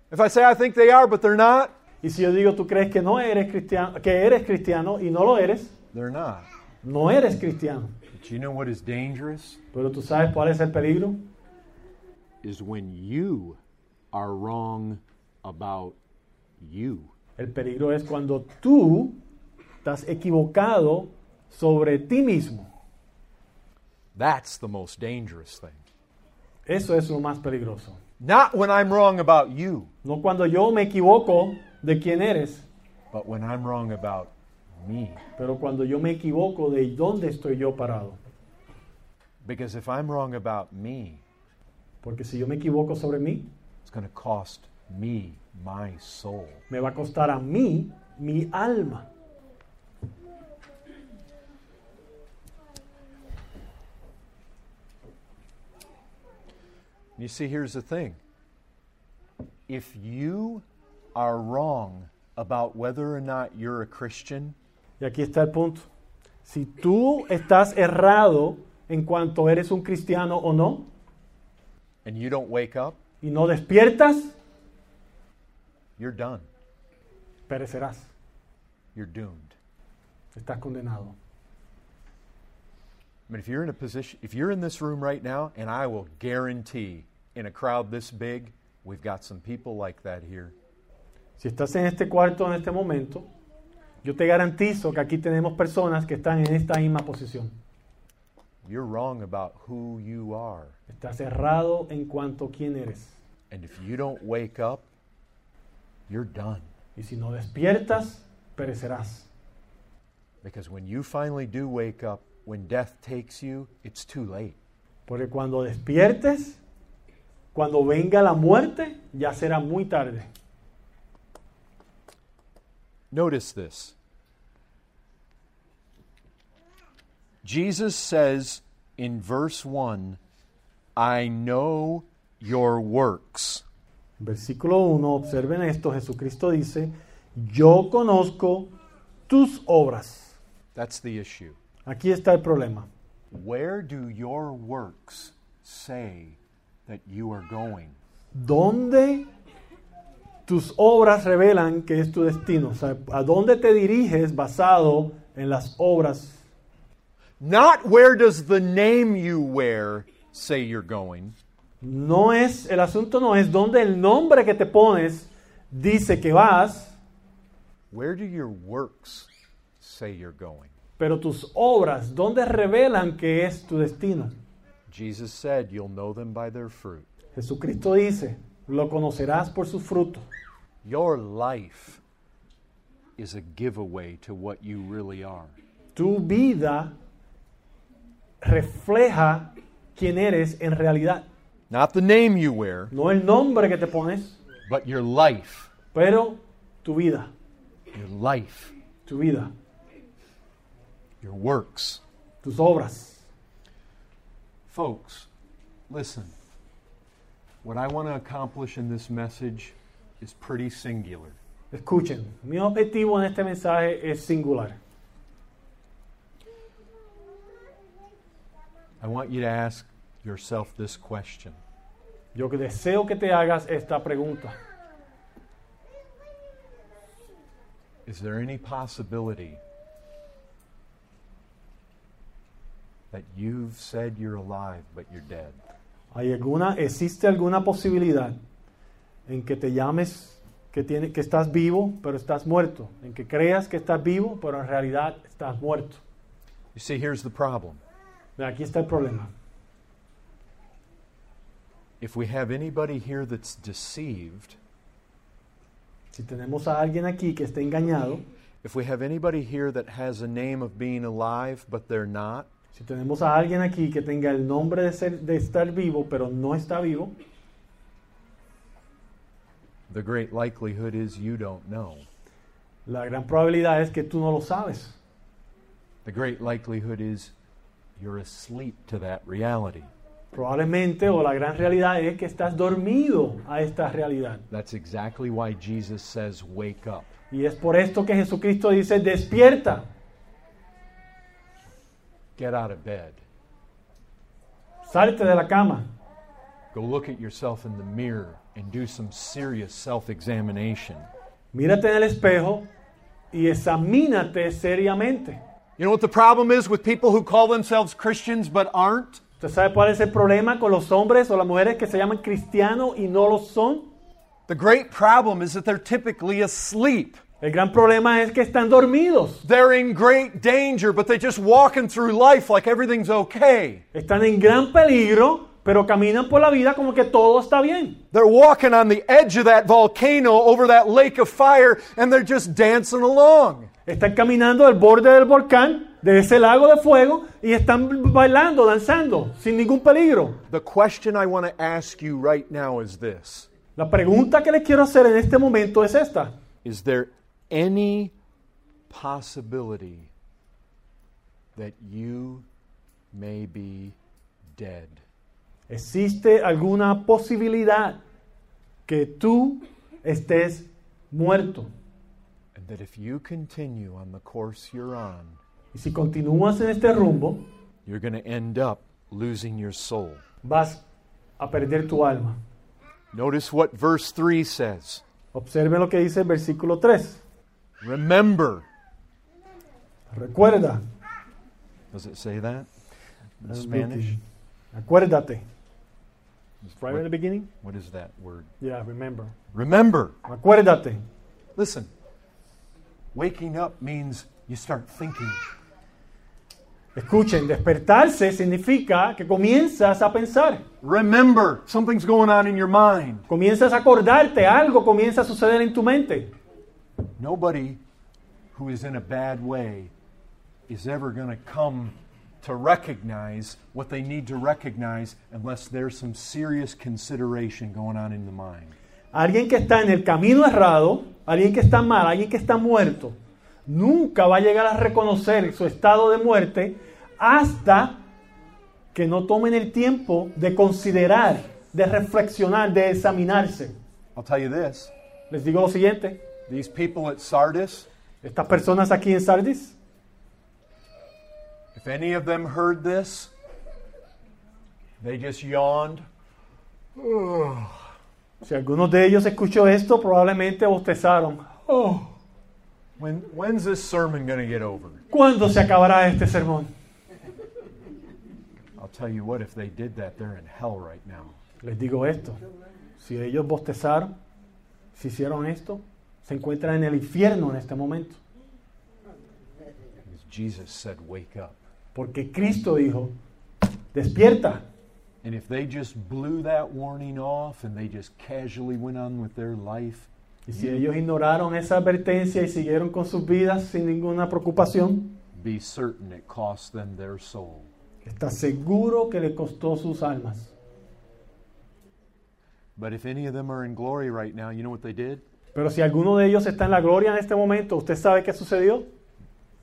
Speaker 1: If I say, I think they are, but they're not,
Speaker 2: Y si yo digo, tú crees que no eres cristiano, que eres cristiano y no lo eres,
Speaker 1: they're not.
Speaker 2: no eres cristiano.
Speaker 1: But you know what is dangerous?
Speaker 2: Pero tú sabes cuál es el peligro.
Speaker 1: Is when you are wrong about you.
Speaker 2: El peligro es cuando tú estás equivocado sobre ti mismo.
Speaker 1: That's the most dangerous thing.
Speaker 2: Eso es lo más peligroso.
Speaker 1: Not when I'm wrong about you,
Speaker 2: No cuando yo me equivoco de quién eres,
Speaker 1: but when I'm wrong about me.
Speaker 2: pero cuando yo me equivoco de dónde estoy yo parado.
Speaker 1: Because if I'm wrong about me,
Speaker 2: Porque si yo me equivoco sobre mí,
Speaker 1: it's going to cost me my soul.
Speaker 2: me va a costar a mí mi alma.
Speaker 1: You see, here's the thing if you are wrong about whether or not you're a Christian,
Speaker 2: Y aquí está el punto. Si tú estás errado en cuanto eres un cristiano o no,
Speaker 1: and you don't wake up,
Speaker 2: y no despiertas,
Speaker 1: you're done.
Speaker 2: perecerás.
Speaker 1: You're doomed.
Speaker 2: Estás condenado.
Speaker 1: I mean, if you're in a position, if you're in this room right now, and I will guarantee in a crowd this big, we've got some people like that here.
Speaker 2: Si estás en este cuarto en este momento, yo te garantizo que aquí tenemos personas que están en esta misma posición.
Speaker 1: You're wrong about who you are.
Speaker 2: Estás errado en cuanto a quién eres.
Speaker 1: And if you don't wake up, you're done.
Speaker 2: Y si no despiertas, perecerás.
Speaker 1: Because when you finally do wake up, when death takes you, it's too late.
Speaker 2: Porque cuando despiertes, cuando venga la muerte, ya será muy tarde.
Speaker 1: Notice this. Jesus says in verse 1, I know your works.
Speaker 2: Versículo 1, observen esto, Jesucristo dice, yo conozco tus obras.
Speaker 1: That's the issue.
Speaker 2: Aquí está el problema.
Speaker 1: Where do your works say that you are going?
Speaker 2: ¿Dónde tus obras revelan que es tu destino? O sea, ¿a dónde te diriges basado en las obras?
Speaker 1: Not where does the name you wear say you're going,
Speaker 2: No es, el asunto no es dónde el nombre que te pones dice que vas,
Speaker 1: where do your works say you're going?
Speaker 2: pero tus obras, ¿dónde revelan que es tu destino?
Speaker 1: Jesus said, You'll know them by their fruit.
Speaker 2: Jesucristo dice, lo conocerás por su fruto.
Speaker 1: Your life is a giveaway to what you really are.
Speaker 2: Tu vida refleja quién eres en realidad.
Speaker 1: Not the name you wear,
Speaker 2: No el nombre que te pones,
Speaker 1: but your life.
Speaker 2: pero tu vida,
Speaker 1: Your life.
Speaker 2: tu vida,
Speaker 1: Your works.
Speaker 2: tus obras.
Speaker 1: Folks, listen. What I want to accomplish in this message is pretty singular.
Speaker 2: Escuchen, mi objetivo en este mensaje es singular.
Speaker 1: I want you to ask yourself this question
Speaker 2: Yo que deseo que te hagas esta pregunta.
Speaker 1: Is there any possibility that you've said you're alive but you're dead?
Speaker 2: ¿Hay alguna, existe alguna posibilidad en que te llames que, tiene, que estás vivo, pero estás muerto? En que creas que estás vivo, pero en realidad estás muerto.
Speaker 1: You see, here's the problem.
Speaker 2: Ve, Aquí está el problema.
Speaker 1: If we have anybody here that's deceived,
Speaker 2: Si tenemos a alguien aquí que esté engañado,
Speaker 1: if we have anybody here that has a name of being alive but they're not,
Speaker 2: si tenemos a alguien aquí que tenga el nombre de, ser, de estar vivo, pero no está vivo,
Speaker 1: the great likelihood is you don't know.
Speaker 2: la gran probabilidad es que tú no lo sabes.
Speaker 1: The great likelihood is you're asleep to that reality.
Speaker 2: Probablemente, o la gran realidad es que estás dormido a esta realidad.
Speaker 1: That's exactly why Jesus says, Wake up.
Speaker 2: Y es por esto que Jesucristo dice, despierta,
Speaker 1: Get out of bed.
Speaker 2: salte de la cama,
Speaker 1: Go look at yourself in the mirror and do some serious self examination.
Speaker 2: mírate en el espejo y examínate seriamente.
Speaker 1: You know what the problem is with people who call themselves Christians but aren't?
Speaker 2: ¿Usted sabe cuál es el problema con los hombres o las mujeres que se llaman cristianos y no lo son?
Speaker 1: The great problem is that they're typically asleep.
Speaker 2: El gran problema es que están dormidos,
Speaker 1: They're in great danger, but they're just walking through life like everything's okay.
Speaker 2: están en gran peligro, pero caminan por la vida como que todo está bien.
Speaker 1: They're walking on the edge of that volcano over that lake of fire, and they're just dancing along.
Speaker 2: Están caminando al borde del volcán, de ese lago de fuego, y están bailando, danzando, sin ningún peligro.
Speaker 1: The question I want to ask you right now is this
Speaker 2: La pregunta que les quiero hacer en este momento es esta.
Speaker 1: Is there any possibility that you may be dead?
Speaker 2: ¿Existe alguna posibilidad que tú estés muerto?
Speaker 1: And that if you continue on the course you're on,
Speaker 2: Y si continúas en este rumbo,
Speaker 1: you're going to end up losing your soul.
Speaker 2: vas a perder tu alma.
Speaker 1: Notice what verse 3 says
Speaker 2: Observe lo que dice el versículo 3.
Speaker 1: Remember.
Speaker 2: Recuerda,
Speaker 1: Does it say that in Spanish?
Speaker 2: acuérdate.
Speaker 1: Right at the
Speaker 2: beginning?
Speaker 1: What is that word?
Speaker 2: Yeah, remember.
Speaker 1: Remember.
Speaker 2: Acuérdate.
Speaker 1: Listen, waking up means you start thinking.
Speaker 2: Escuchen, despertarse significa que comienzas a pensar,
Speaker 1: Remember, something's going on in your mind.
Speaker 2: comienzas a acordarte, algo comienza a suceder en tu mente.
Speaker 1: Nobody who is in a bad way is ever going to come to recognize what they need to recognize unless there's some serious consideration going on in the mind.
Speaker 2: Alguien que está en el camino errado, alguien que está mal, alguien que está muerto, nunca va a llegar a reconocer su estado de muerte hasta que no tomen el tiempo de considerar, de reflexionar, de examinarse.
Speaker 1: I'll tell you this
Speaker 2: Les digo lo siguiente,
Speaker 1: these people at Sardis,
Speaker 2: estas personas aquí en Sardis,
Speaker 1: if any of them heard this, they just yawned
Speaker 2: si algunos de ellos escuchó esto, probablemente bostezaron. Oh,
Speaker 1: When, when's this sermon going to get over?
Speaker 2: ¿cuándo se acabará este sermón?
Speaker 1: I'll tell you what, if they did that, they're in hell right now.
Speaker 2: Les digo esto, si ellos bostezaron, si hicieron esto, se encuentran en el infierno en este momento.
Speaker 1: Because Jesus said, Wake up.
Speaker 2: Porque Cristo dijo, despierta.
Speaker 1: And if they just blew that warning off and they just casually went on with their life,
Speaker 2: Y si ellos ignoraron esa advertencia y siguieron con sus vidas sin ninguna preocupación,
Speaker 1: be certain it cost them their soul.
Speaker 2: Está seguro que le costó sus almas.
Speaker 1: But if any of them are in glory right now, you know what they did?
Speaker 2: Pero si alguno de ellos está en la gloria en este momento, ¿usted sabe qué sucedió?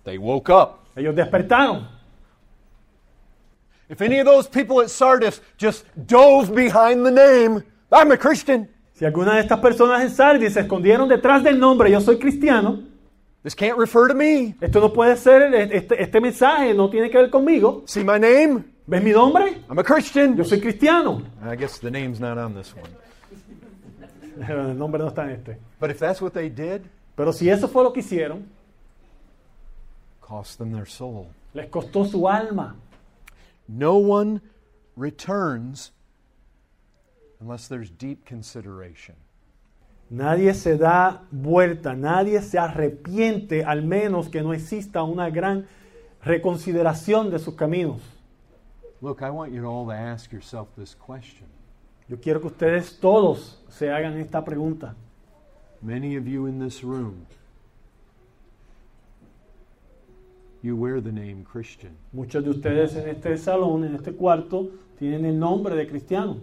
Speaker 1: They woke up.
Speaker 2: Ellos despertaron.
Speaker 1: If any of those people at Sardis just dove behind the name, I'm a Christian.
Speaker 2: Si alguna de estas personas en Sardis se escondieron detrás del nombre, yo soy cristiano,
Speaker 1: This can't refer to me.
Speaker 2: esto no puede ser, este, este mensaje no tiene que ver conmigo.
Speaker 1: See my name?
Speaker 2: ¿Ves mi nombre?
Speaker 1: I'm a Christian.
Speaker 2: Yo soy cristiano.
Speaker 1: I guess the name's not on this one.
Speaker 2: El nombre no está en este.
Speaker 1: But if that's what they did,
Speaker 2: Pero si eso fue lo que hicieron,
Speaker 1: cost them their soul.
Speaker 2: les costó su alma.
Speaker 1: No one returns unless there's deep consideration.
Speaker 2: Nadie se da vuelta, nadie se arrepiente, al menos que no exista una gran reconsideración de sus caminos.
Speaker 1: Look, I want you all to ask yourself this question.
Speaker 2: Yo quiero que ustedes todos se hagan esta pregunta.
Speaker 1: Many of you in this room, you wear the name Christian.
Speaker 2: Muchos de ustedes en este salón, en este cuarto, tienen el nombre de cristiano.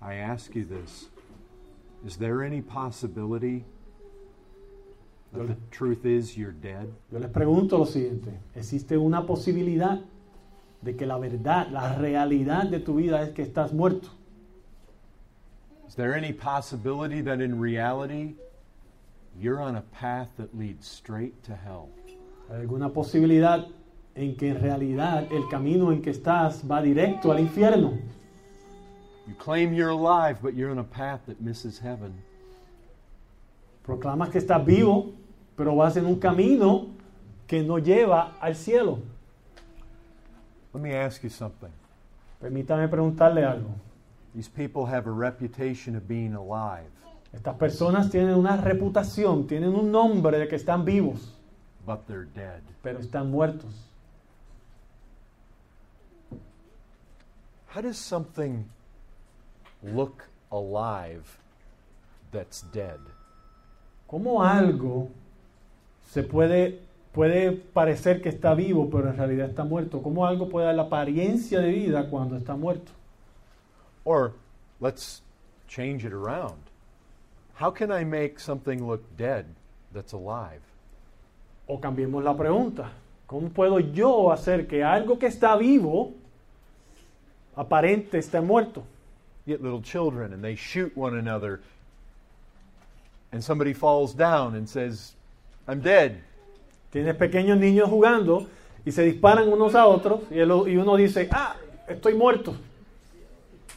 Speaker 1: I ask you this Is there any possibility that the truth is you're dead?
Speaker 2: Yo les pregunto lo siguiente, ¿existe una posibilidad de que la verdad, la realidad de tu vida es que estás muerto?
Speaker 1: Is there any possibility that in reality you're on a path that leads straight to hell?
Speaker 2: ¿Hay alguna posibilidad en que en realidad el camino en que estás va directo al infierno?
Speaker 1: You claim you're alive, but you're on a path that misses heaven.
Speaker 2: Proclamas que estás vivo, pero vas en un camino que no lleva al cielo.
Speaker 1: Let me ask you something.
Speaker 2: Permítame preguntarle algo.
Speaker 1: These people have a reputation of being alive,
Speaker 2: Estas personas tienen una reputación, tienen un nombre de que están vivos,
Speaker 1: but they're dead.
Speaker 2: pero están muertos.
Speaker 1: How does something look alive that's dead?
Speaker 2: ¿Cómo algo se puede, puede parecer que está vivo, pero en realidad está muerto? ¿Cómo algo puede dar la apariencia de vida cuando está muerto?
Speaker 1: Or let's change it around. How can I make something look dead that's alive?
Speaker 2: O cambiemos la pregunta. ¿Cómo puedo yo hacer que algo que está vivo aparente esté muerto?
Speaker 1: You get little children and they shoot one another, and somebody falls down and says, I'm dead.
Speaker 2: Tienes pequeños niños jugando y se disparan unos a otros y, el o- y uno dice, ah, estoy muerto.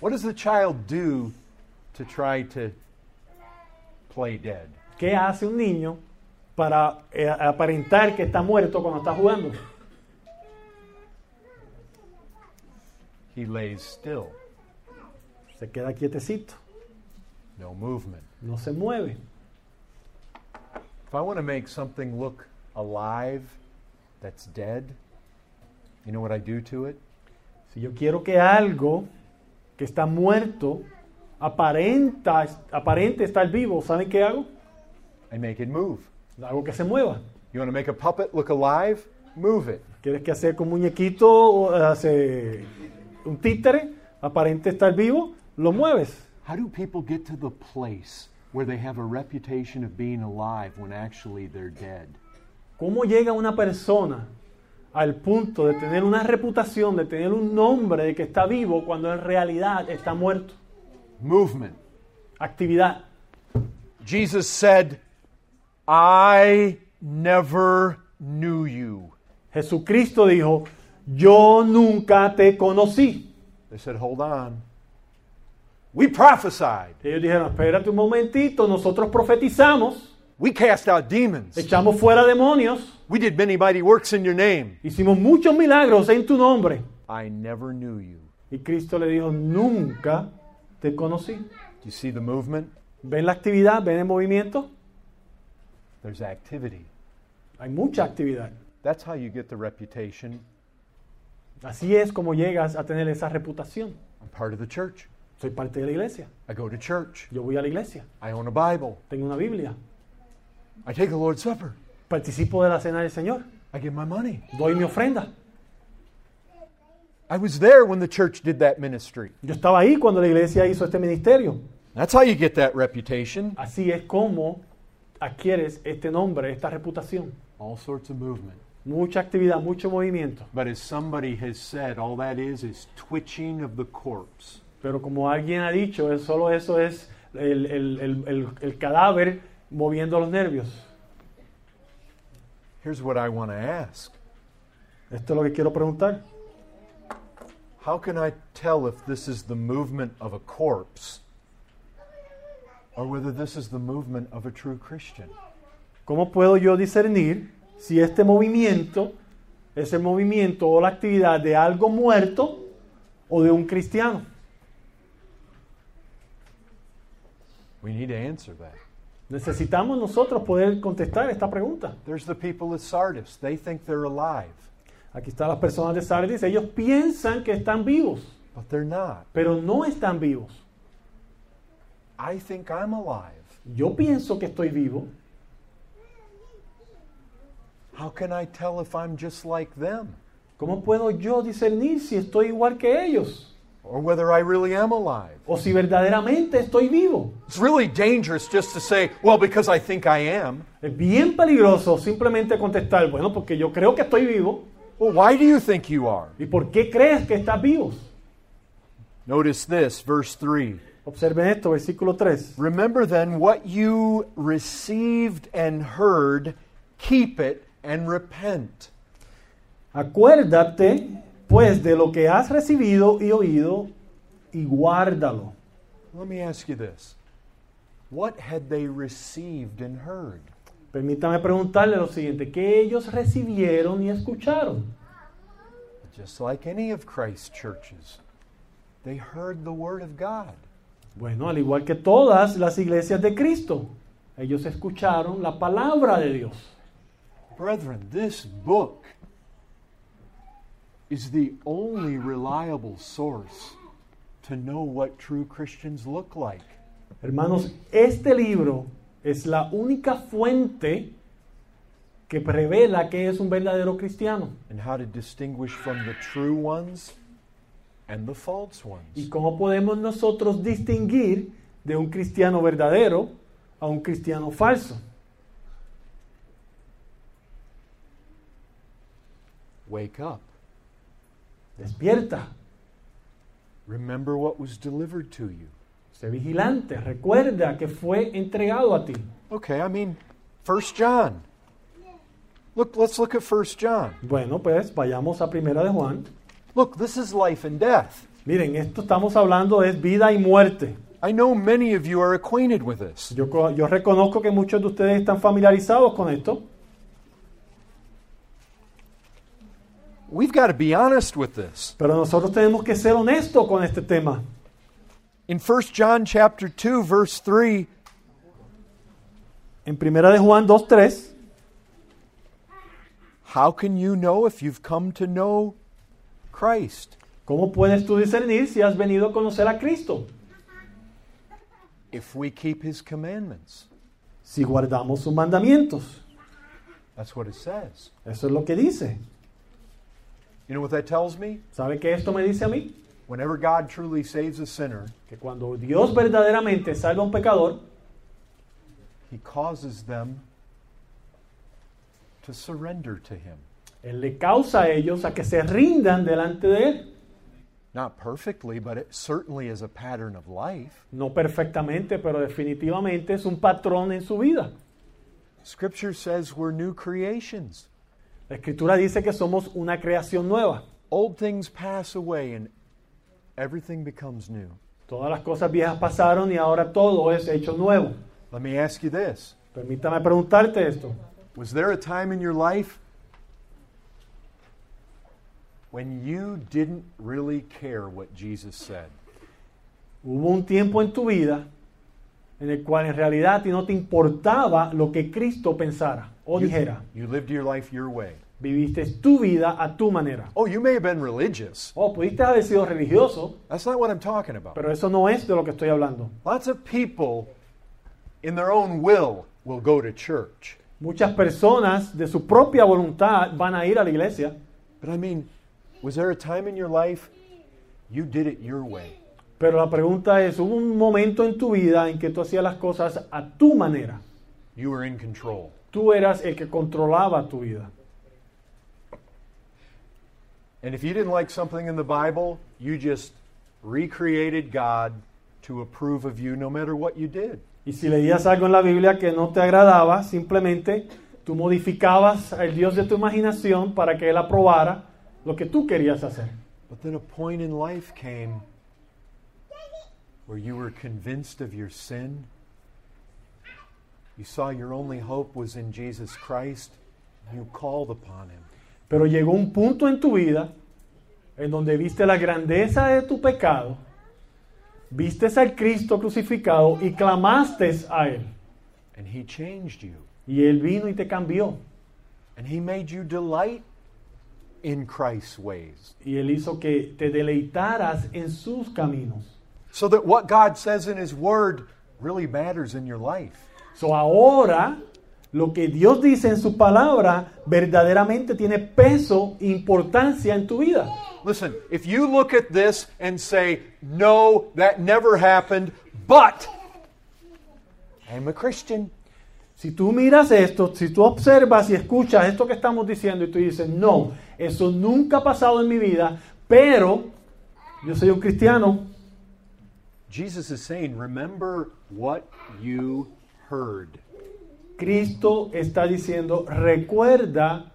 Speaker 1: What does the child do to try to play dead?
Speaker 2: ¿Qué hace un niño para eh, aparentar que está muerto cuando está jugando?
Speaker 1: He lays still,
Speaker 2: Se queda quietecito,
Speaker 1: no movement.
Speaker 2: no se mueve.
Speaker 1: If I want to make something look alive that's dead, you know what I do to it?
Speaker 2: Si yo quiero que algo que está muerto aparenta, aparente estar vivo, ¿saben qué hago?
Speaker 1: I make it move.
Speaker 2: Hago que se mueva.
Speaker 1: You want to make a puppet look alive? Move it.
Speaker 2: ¿Quieres que hacer con muñequito o eh, hace un títere aparente estar vivo? Lo mueves.
Speaker 1: How do people get to the place where they have a reputation of being alive when actually they're dead?
Speaker 2: ¿Cómo llega una persona al punto de tener una reputación, de tener un nombre de que está vivo cuando en realidad está muerto?
Speaker 1: Movement.
Speaker 2: Actividad.
Speaker 1: Jesus said, I never knew you.
Speaker 2: Jesucristo dijo, yo nunca te conocí.
Speaker 1: They said, Hold on. We prophesied.
Speaker 2: Ellos dijeron, espérate un momentito, nosotros profetizamos,
Speaker 1: We cast out demons.
Speaker 2: echamos fuera demonios,
Speaker 1: We did many mighty works in your name.
Speaker 2: hicimos muchos milagros en tu nombre.
Speaker 1: I never knew you.
Speaker 2: Y Cristo le dijo, nunca te conocí.
Speaker 1: Do you see the movement?
Speaker 2: ¿Ven la actividad? ¿Ven el movimiento?
Speaker 1: There's activity.
Speaker 2: Hay mucha actividad.
Speaker 1: That's how you get the reputation.
Speaker 2: Así es como llegas a tener esa reputación.
Speaker 1: I'm part of the church.
Speaker 2: Soy parte de la iglesia.
Speaker 1: I go to church.
Speaker 2: Yo voy a la iglesia.
Speaker 1: I own a Bible.
Speaker 2: Tengo una Biblia.
Speaker 1: I take the Lord's Supper.
Speaker 2: Participo de la cena del Señor.
Speaker 1: I give my money.
Speaker 2: Doy mi ofrenda.
Speaker 1: I was there when the church did that ministry.
Speaker 2: Yo estaba ahí cuando la iglesia hizo este ministerio.
Speaker 1: That's how you get that reputation.
Speaker 2: Así es como adquieres este nombre, esta reputación.
Speaker 1: All sorts of movement.
Speaker 2: Mucha actividad, mucho movimiento.
Speaker 1: But as somebody has said, all that is is twitching of the corpse.
Speaker 2: Pero como alguien ha dicho, es- solo eso es el, el- el- el- el cadáver moviendo los nervios.
Speaker 1: Here's what I want to ask
Speaker 2: Esto es lo que quiero preguntar.
Speaker 1: How can I tell if this is the movement of a corpse or whether this is the movement of a true Christian?
Speaker 2: ¿Cómo puedo yo discernir si este movimiento es el movimiento o la actividad de algo muerto o de un cristiano?
Speaker 1: We need to answer that.
Speaker 2: Necesitamos nosotros poder contestar esta pregunta.
Speaker 1: There's the people at Sardis, they think they're alive,
Speaker 2: Aquí están las personas de Sardis. Ellos piensan que están vivos,
Speaker 1: but they're not.
Speaker 2: pero no están vivos.
Speaker 1: I think I'm alive.
Speaker 2: Yo pienso que estoy vivo.
Speaker 1: How can I tell if I'm just like them
Speaker 2: ¿Cómo puedo yo discernir si estoy igual que ellos?
Speaker 1: or whether I really am alive?
Speaker 2: O si verdaderamente estoy vivo.
Speaker 1: It's really dangerous just to say, well, because I think I am.
Speaker 2: Es bien peligroso simplemente contestar, bueno, porque yo creo que estoy vivo.
Speaker 1: Well, why do you think you are?
Speaker 2: ¿Y por qué crees que estás vivo?
Speaker 1: Notice this, verse 3.
Speaker 2: Observen esto, versículo 3.
Speaker 1: Remember then what you received and heard, keep it and repent.
Speaker 2: Acuérdate, pues, de lo que has recibido y oído y guárdalo.
Speaker 1: Let me ask you this. What had they received and heard?
Speaker 2: Permítame preguntarle lo siguiente, ¿qué ellos recibieron y escucharon?
Speaker 1: Just like any of Christ's churches, they heard the Word of God.
Speaker 2: Bueno, al igual que todas las iglesias de Cristo, ellos escucharon la palabra de Dios.
Speaker 1: Brethren, this book is the only reliable source to know what true Christians look like.
Speaker 2: Hermanos, este libro es la única fuente que revela que es un verdadero cristiano
Speaker 1: and how to distinguish from the true ones and the false
Speaker 2: y
Speaker 1: ones.
Speaker 2: cómo podemos nosotros distinguir de un cristiano verdadero a un cristiano falso.
Speaker 1: Wake up.
Speaker 2: Despierta,
Speaker 1: Remember what was delivered to you.
Speaker 2: sé vigilante, recuerda que fue entregado a ti.
Speaker 1: Okay, I mean, First John. Look, let's look at First John.
Speaker 2: Bueno, pues vayamos a Primera de Juan.
Speaker 1: Look, this is life and death.
Speaker 2: Miren, esto estamos hablando es vida y muerte.
Speaker 1: I know many of you are acquainted with this.
Speaker 2: Yo, co- yo reconozco que muchos de ustedes están familiarizados con esto.
Speaker 1: We've got to be honest with this.
Speaker 2: Pero nosotros tenemos que ser honestos con este tema.
Speaker 1: In First John chapter 2 verse 3,
Speaker 2: En primera de Juan 2.3,
Speaker 1: how can you know if you've come to know Christ?
Speaker 2: ¿cómo puedes tú discernir si has venido a conocer a Cristo?
Speaker 1: If we keep his commandments.
Speaker 2: Si guardamos sus mandamientos.
Speaker 1: That's what it says.
Speaker 2: Eso es lo que dice.
Speaker 1: You know what that tells me?
Speaker 2: ¿Sabe qué esto me dice a mí?
Speaker 1: Whenever God truly saves a sinner,
Speaker 2: Que cuando Dios verdaderamente salva a un pecador,
Speaker 1: he causes them to surrender to him.
Speaker 2: Él le causa a ellos a que se rindan delante de Él.
Speaker 1: Not perfectly, but it certainly is a pattern of life.
Speaker 2: No perfectamente, pero definitivamente es un patrón en su vida.
Speaker 1: Scripture says we're new creations.
Speaker 2: La Escritura dice que somos una creación nueva.
Speaker 1: Old things pass away and everything becomes new.
Speaker 2: Todas las cosas viejas pasaron y ahora todo es hecho nuevo.
Speaker 1: Let me ask you this
Speaker 2: Permítame preguntarte esto.
Speaker 1: Was there a time in your life when you didn't really care what Jesus said?
Speaker 2: Hubo un tiempo en tu vida en el cual en realidad a ti no te importaba lo que Cristo pensara o dijera.
Speaker 1: You lived your life your way.
Speaker 2: Viviste tu vida a tu manera.
Speaker 1: Oh, you may have been religious.
Speaker 2: O pudiste haber sido religioso,
Speaker 1: That's not what I'm talking about.
Speaker 2: pero eso no es de lo que estoy hablando.
Speaker 1: Lots of people, in their own will, will go to church.
Speaker 2: Muchas personas de su propia voluntad van a ir a la iglesia,
Speaker 1: But I mean, Was there a time in your life you did it your way?
Speaker 2: Pero la pregunta es, ¿hubo un momento en tu vida en que tú hacías las cosas a tu manera?
Speaker 1: You were in control.
Speaker 2: Tú eras el que controlaba tu vida.
Speaker 1: And if you didn't like something in the Bible, you just recreated God to approve of you no matter what you did.
Speaker 2: Y si leías algo en la Biblia que no te agradaba, simplemente tú modificabas al Dios de tu imaginación para que Él aprobara lo que tú querías hacer.
Speaker 1: But then a point in life came where you were convinced of your sin. You saw your only hope was in Jesus Christ. and You called upon him.
Speaker 2: Pero llegó un punto en tu vida en donde viste la grandeza de tu pecado, vistes al Cristo crucificado y clamaste a Él.
Speaker 1: And he changed you.
Speaker 2: Y Él vino y te cambió.
Speaker 1: And he made you delight in Christ's ways.
Speaker 2: Y Él hizo que te deleitaras en sus caminos.
Speaker 1: So that what God says in his word really matters in your life.
Speaker 2: So, ahora lo que Dios dice en su palabra verdaderamente tiene peso e importancia en tu vida.
Speaker 1: Listen, if you look at this and say, no, that never happened, but I'm a Christian,
Speaker 2: Si tú miras esto, si tú observas y escuchas esto que estamos diciendo y tú dices, no, eso nunca ha pasado en mi vida, pero yo soy un cristiano,
Speaker 1: Jesus is saying, remember what you heard.
Speaker 2: Cristo está diciendo, recuerda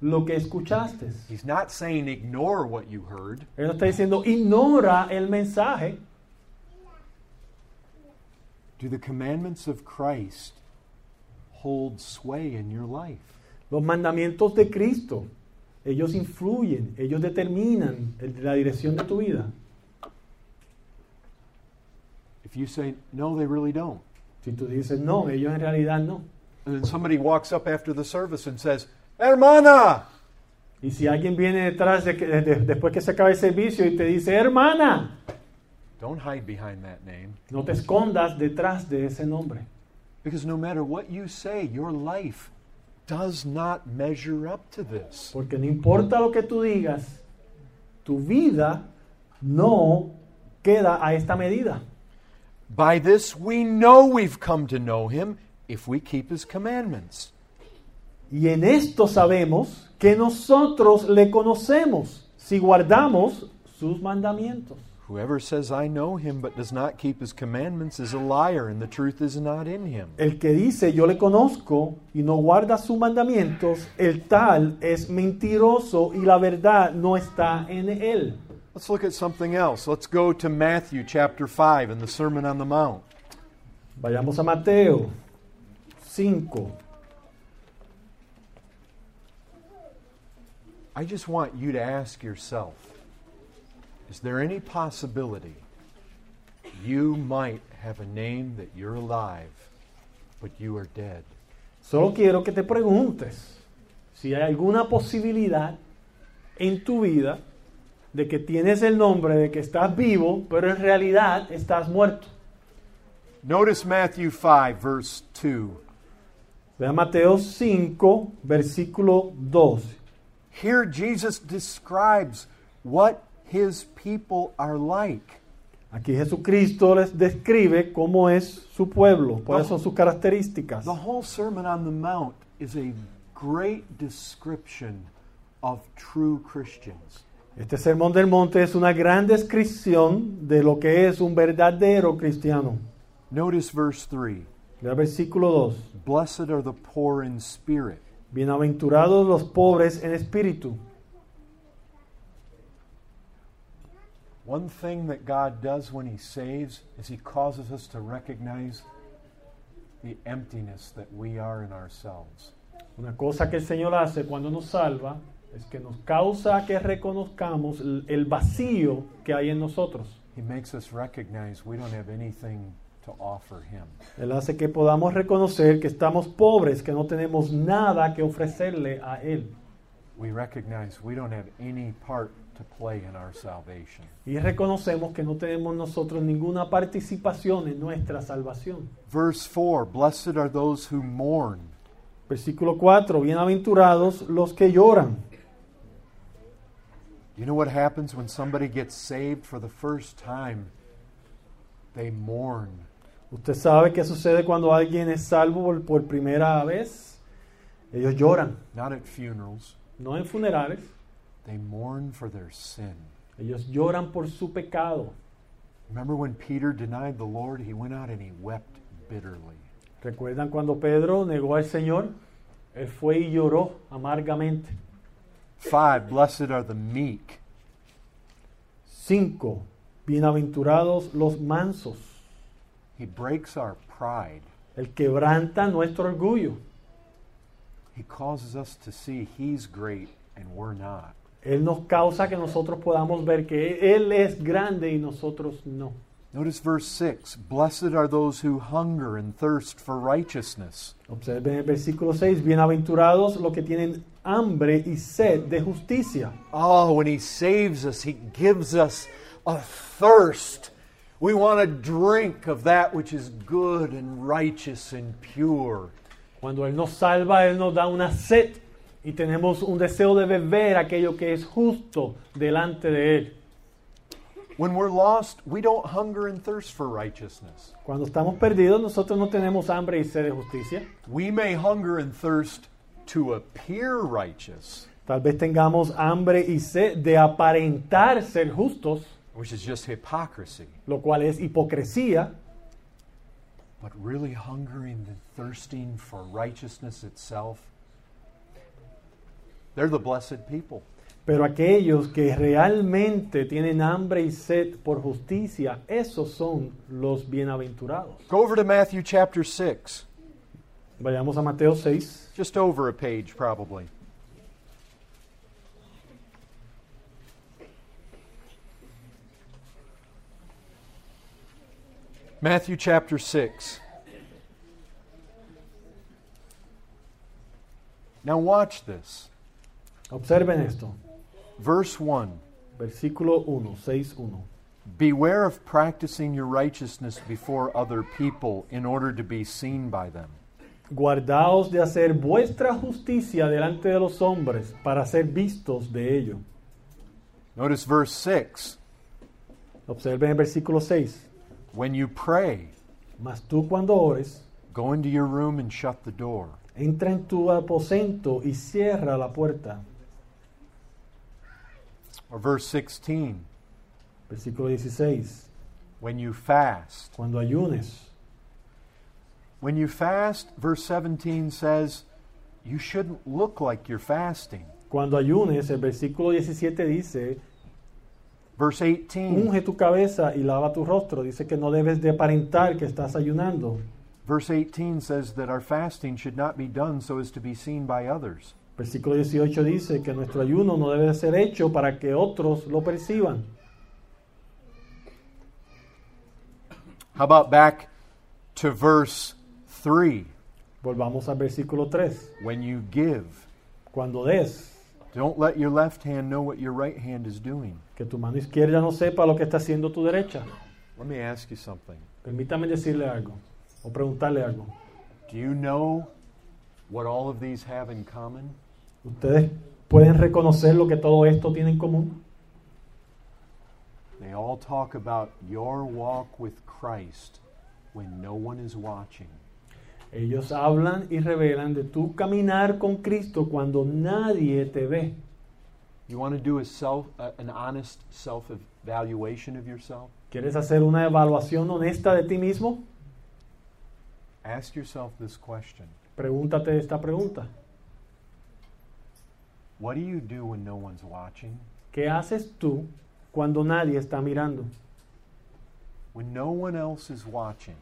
Speaker 2: lo que escuchaste.
Speaker 1: He's not saying ignore what you heard.
Speaker 2: Él no está diciendo, ignora el mensaje.
Speaker 1: Do the commandments of Christ hold sway in your life?
Speaker 2: Los mandamientos de Cristo, ellos influyen, ellos determinan el- la dirección de tu vida.
Speaker 1: If you say, no, they really don't.
Speaker 2: Si tú dices, no, ellos en realidad no.
Speaker 1: And then somebody walks up after the service and says, Hermana,
Speaker 2: Y si alguien viene detrás de que- de- de- después que se acabe el servicio y te dice, hermana,
Speaker 1: don't hide behind that name.
Speaker 2: no te escondas detrás de ese nombre.
Speaker 1: Because no matter what you say, your life does not measure up to this.
Speaker 2: Porque no importa lo que tú digas, tu vida no queda a esta medida.
Speaker 1: By this we know we've come to know him if we keep his commandments.
Speaker 2: Y en esto sabemos que nosotros le conocemos si guardamos sus mandamientos.
Speaker 1: Whoever says, I know him, but does not keep his commandments is a liar, and the truth is not in him.
Speaker 2: El que dice yo le conozco y no guarda sus mandamientos, el tal es mentiroso y la verdad no está en él.
Speaker 1: Let's look at something else. Let's go to Matthew chapter 5 and the Sermon on the Mount.
Speaker 2: Vayamos a Mateo 5.
Speaker 1: I just want you to ask yourself is there any possibility you might have a name that you're alive, but you are dead?
Speaker 2: Solo quiero que te preguntes si hay alguna posibilidad en tu vida de que tienes el nombre de que estás vivo, pero en realidad estás muerto.
Speaker 1: Notice Matthew 5, verse 2.
Speaker 2: Vea Mateo 5, versículo 2.
Speaker 1: Here Jesus describes what his people are like.
Speaker 2: Aquí Jesucristo les describe cómo es su pueblo, cuáles son sus características.
Speaker 1: The whole Sermon on the Mount is a great description of true Christians.
Speaker 2: Este sermón del monte es una gran descripción de lo que es un verdadero cristiano.
Speaker 1: Notice verse 3.
Speaker 2: Vea versículo 2.
Speaker 1: Blessed are the poor in spirit.
Speaker 2: Bienaventurados los pobres en espíritu.
Speaker 1: One thing that God does when He saves is He causes us to recognize the emptiness that we are in ourselves.
Speaker 2: Una cosa que el Señor hace cuando nos salva es que nos causa que reconozcamos l- el vacío que hay en nosotros.
Speaker 1: He makes us recognize we don't have anything to offer Him.
Speaker 2: Él hace que podamos reconocer que estamos pobres, que no tenemos nada que ofrecerle a Él.
Speaker 1: We recognize we don't have any part to play in our salvation.
Speaker 2: Y reconocemos que no tenemos nosotros ninguna participación en nuestra salvación.
Speaker 1: Verse 4 Blessed are those who mourn.
Speaker 2: Versículo 4. Bienaventurados los que lloran.
Speaker 1: You know what happens when somebody gets saved for the first time? They mourn.
Speaker 2: Usted sabe qué sucede cuando alguien es salvo por, por primera vez. Ellos lloran,
Speaker 1: Not at funerals,
Speaker 2: no en funerales,
Speaker 1: they mourn for their sin.
Speaker 2: ellos lloran por su pecado.
Speaker 1: Remember when Peter denied the Lord? He went out and he wept bitterly.
Speaker 2: ¿Recuerdan cuando Pedro negó al Señor? Él fue y lloró amargamente.
Speaker 1: Five, blessed are the meek.
Speaker 2: 5. Bienaventurados los mansos.
Speaker 1: He breaks our pride.
Speaker 2: El quebranta nuestro orgullo.
Speaker 1: He causes us to see he's great and we're not.
Speaker 2: Él nos causa que nosotros podamos ver que Él es grande y nosotros no.
Speaker 1: Notice verse 6 Blessed are those who hunger and thirst for righteousness.
Speaker 2: Observen el versículo 6. Bienaventurados los que tienen hambre y sed de justicia.
Speaker 1: Oh, when he saves us, he gives us a thirst. We want to drink of that which is good and righteous and pure.
Speaker 2: Cuando Él nos salva, Él nos da una sed y tenemos un deseo de beber aquello que es justo delante de Él.
Speaker 1: When we're lost, we don't hunger and thirst for righteousness.
Speaker 2: Cuando estamos perdidos, nosotros no tenemos hambre y sed de justicia.
Speaker 1: We may hunger and thirst to appear righteous,
Speaker 2: Tal vez tengamos hambre y sed de aparentar ser justos,
Speaker 1: which is just hypocrisy,
Speaker 2: lo cual es hipocresía,
Speaker 1: but really hungering and thirsting for righteousness itself. They're the blessed people.
Speaker 2: pero aquellos que realmente tienen hambre y sed por justicia, esos son los bienaventurados.
Speaker 1: Go over to Matthew chapter 6,
Speaker 2: Vayamos a Mateo 6,
Speaker 1: just over a page probably. Matthew chapter 6. Now watch this.
Speaker 2: observen esto,
Speaker 1: Verse 1
Speaker 2: versículo 1, 6, 1.
Speaker 1: Beware of practicing your righteousness before other people in order to be seen by them.
Speaker 2: Guardaos de hacer vuestra justicia delante de los hombres para ser vistos de ellos.
Speaker 1: Notice verse 6.
Speaker 2: Observen el versículo 6.
Speaker 1: When you pray,
Speaker 2: Mas tú cuando ores,
Speaker 1: Go into your room and shut the door.
Speaker 2: entra en tu aposento y cierra la puerta.
Speaker 1: Or verse 16,
Speaker 2: Versículo 16.
Speaker 1: when you fast.
Speaker 2: Cuando ayunes.
Speaker 1: When you fast, verse 17 says, you shouldn't look like you're fasting.
Speaker 2: Cuando ayunes, el versículo 17 dice,
Speaker 1: Verse 18,
Speaker 2: unge tu cabeza y lava tu rostro. Dice que no debes de aparentar que estás ayunando.
Speaker 1: verse 18 says that our fasting should not be done so as to be seen by others.
Speaker 2: Versículo 18 dice que nuestro ayuno no debe de ser hecho para que otros lo perciban.
Speaker 1: How about back to verse 3?
Speaker 2: Volvamos al versículo 3.
Speaker 1: When you give,
Speaker 2: Cuando des,
Speaker 1: don't let your left hand know what your right hand is doing.
Speaker 2: que tu mano izquierda no sepa lo que está haciendo tu derecha.
Speaker 1: Let me ask you something.
Speaker 2: Permítame decirle algo o preguntarle algo.
Speaker 1: Do you know what all of these have in common?
Speaker 2: ¿Ustedes pueden reconocer lo que todo esto tiene en común?
Speaker 1: They all talk about your walk with Christ when no one is watching.
Speaker 2: Ellos hablan y revelan de tu caminar con Cristo cuando nadie te ve.
Speaker 1: You want to do a self, uh, an honest self evaluation of yourself?
Speaker 2: ¿Quieres hacer una evaluación honesta de ti mismo?
Speaker 1: Ask yourself this question
Speaker 2: Pregúntate esta pregunta.
Speaker 1: What do you do when no one's watching?
Speaker 2: ¿Qué haces tú cuando nadie está mirando?
Speaker 1: When no one else is watching?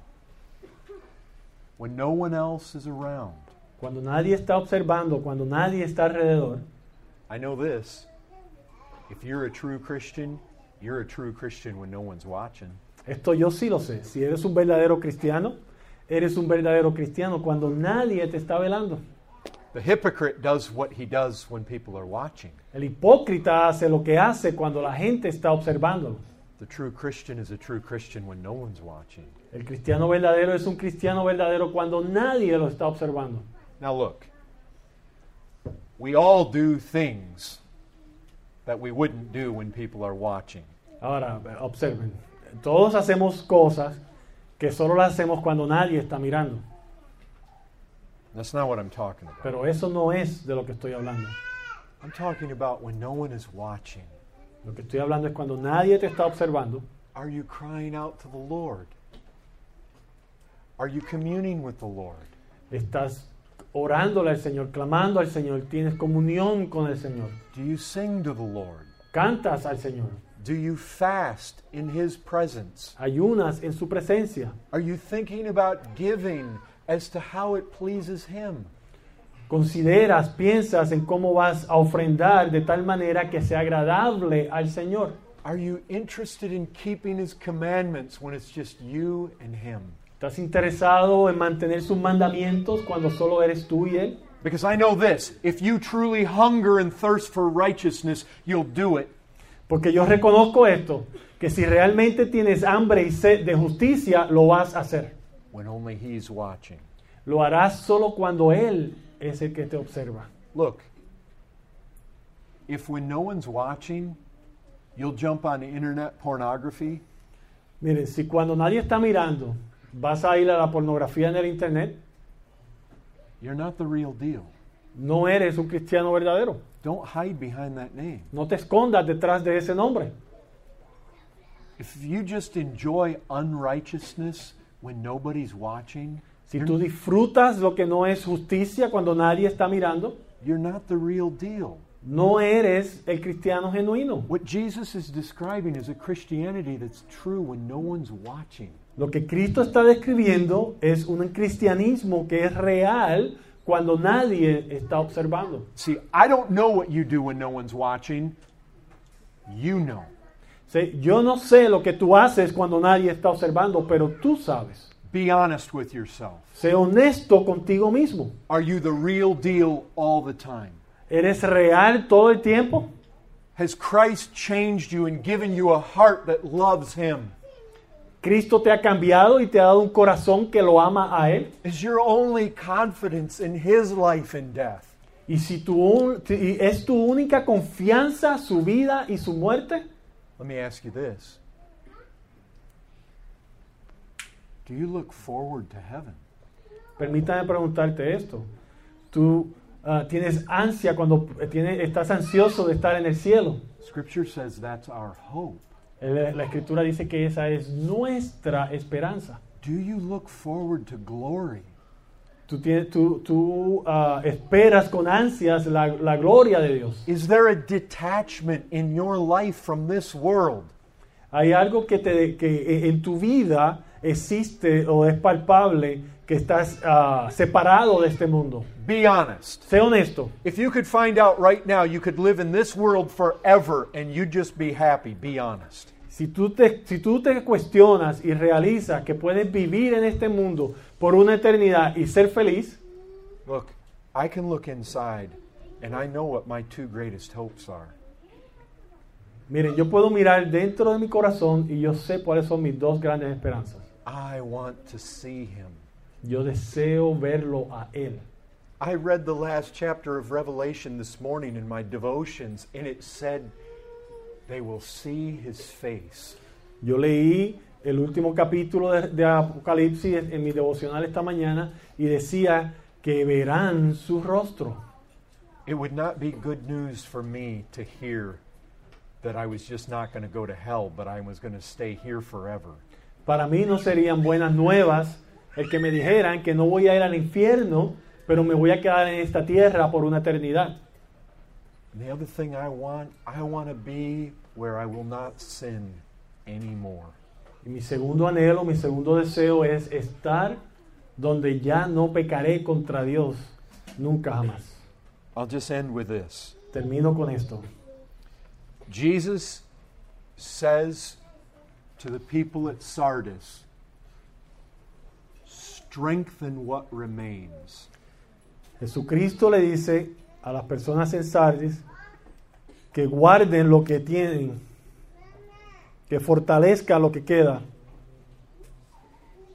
Speaker 1: When no one else is around?
Speaker 2: Cuando nadie está observando, cuando nadie está alrededor.
Speaker 1: I know this. If you're a true Christian, you're a true Christian when no one's watching.
Speaker 2: Esto yo sí lo sé. Si eres un verdadero cristiano, eres un verdadero cristiano cuando nadie te está velando.
Speaker 1: The hypocrite does what he does when people are watching.
Speaker 2: El hipócrita hace lo que hace cuando la gente está observándolo.
Speaker 1: The true Christian is a true Christian when no one's watching.
Speaker 2: El cristiano verdadero es un cristiano verdadero cuando nadie lo está observando.
Speaker 1: Now, look, we all do things that we wouldn't do when people are watching.
Speaker 2: Ahora, observen, todos hacemos cosas que solo las hacemos cuando nadie está mirando,
Speaker 1: That's not what I'm talking about.
Speaker 2: pero eso no es de lo que estoy hablando.
Speaker 1: I'm talking about when no one is watching.
Speaker 2: Lo que estoy hablando es cuando nadie te está observando.
Speaker 1: Are you crying out to the Lord? Are you communing with the Lord?
Speaker 2: Estás orándole al Señor, clamando al Señor, tienes comunión con el Señor,
Speaker 1: Do you sing to the Lord?
Speaker 2: cantas al Señor,
Speaker 1: Do you fast in His presence?
Speaker 2: ayunas en su presencia,
Speaker 1: Are you thinking about giving as to how it pleases Him?
Speaker 2: consideras, piensas en cómo vas a ofrendar de tal manera que sea agradable al Señor.
Speaker 1: Are you interested in keeping His commandments when it's just you and Him?
Speaker 2: ¿Estás interesado en mantener sus mandamientos cuando solo eres tú y Él?
Speaker 1: Because I know this if you truly hunger and thirst for righteousness, you'll do it.
Speaker 2: Porque yo reconozco esto, que si realmente tienes hambre y sed de justicia, lo vas a hacer.
Speaker 1: when only he's watching.
Speaker 2: Lo harás solo cuando Él es el que te observa.
Speaker 1: Look, if when no one's watching, you'll jump on internet pornography,
Speaker 2: Miren, si cuando nadie está mirando vas a ir a la pornografía en el Internet,
Speaker 1: you're not the real deal.
Speaker 2: no eres un cristiano verdadero.
Speaker 1: Don't hide behind that name.
Speaker 2: No te escondas detrás de ese nombre.
Speaker 1: If you just enjoy unrighteousness when nobody's watching,
Speaker 2: Si tú disfrutas lo que no es justicia cuando nadie está mirando,
Speaker 1: you're not the real deal.
Speaker 2: no eres el cristiano genuino.
Speaker 1: What Jesus is describing is a Christianity that's true when no one's watching.
Speaker 2: Lo que Cristo está describiendo es un cristianismo que es real cuando nadie está observando.
Speaker 1: See, I don't know what you do when no one's watching. You know.
Speaker 2: Sí, Yo no sé lo que tú haces cuando nadie está observando, pero tú sabes.
Speaker 1: Be honest with yourself.
Speaker 2: Sé honesto contigo mismo.
Speaker 1: Are you the real deal all the time?
Speaker 2: ¿Eres real todo el tiempo?
Speaker 1: Has Christ changed you and given you a heart that loves Him?
Speaker 2: ¿Cristo te ha cambiado y te ha dado un corazón que lo ama a Él?
Speaker 1: Is your only confidence in His life and death?
Speaker 2: ¿Y si tu un- y es tu única confianza su vida y su muerte?
Speaker 1: Let me ask you this Do you look forward to heaven?
Speaker 2: Permítame preguntarte esto. ¿Tú ah, tienes ansia cuando tienes, estás ansioso de estar en el cielo?
Speaker 1: Scripture says that's our hope.
Speaker 2: El- La escritura dice que esa es nuestra esperanza.
Speaker 1: Do you look forward to glory?
Speaker 2: Tú, tienes- tú- tú, ah, esperas con ansias la, la gloria de Dios.
Speaker 1: Is there a detachment in your life from this world?
Speaker 2: Hay algo que, te, que en tu vida existe o es palpable que estás ah, separado de este mundo.
Speaker 1: Be honest.
Speaker 2: Sé honesto.
Speaker 1: If you could find out right now, you could live in this world forever and you'd just be happy. Be honest.
Speaker 2: Si tú, te, si tú te cuestionas y realizas que puedes vivir en este mundo por una eternidad y ser feliz,
Speaker 1: Look, I can look inside and I know what my two greatest hopes are.
Speaker 2: miren, yo puedo mirar dentro de mi corazón y yo sé cuáles son mis dos grandes esperanzas.
Speaker 1: I want to see him.
Speaker 2: Yo deseo verlo a Él.
Speaker 1: I read the last chapter of Revelation this morning in my devotions and it said, They will see his face.
Speaker 2: Yo leí el último capítulo de, de Apocalipsis en mi devocional esta mañana y decía que verán su rostro.
Speaker 1: It would not be good news for me to hear that I was just not going to go to hell, but I was going to stay here forever.
Speaker 2: Para mí no serían buenas nuevas el que me dijeran que no voy a ir al infierno, pero me voy a quedar en esta tierra por una eternidad.
Speaker 1: And the other thing I want, I want to be where I will not sin anymore.
Speaker 2: Y mi segundo anhelo, mi segundo deseo es estar donde ya no pecaré contra Dios nunca jamás.
Speaker 1: I'll just end with this.
Speaker 2: Termino con esto.
Speaker 1: Jesus says to the people at Sardis, strengthen what remains.
Speaker 2: Jesucristo le dice a las personas en Sardis que guarden lo que tienen, que fortalezca lo que queda.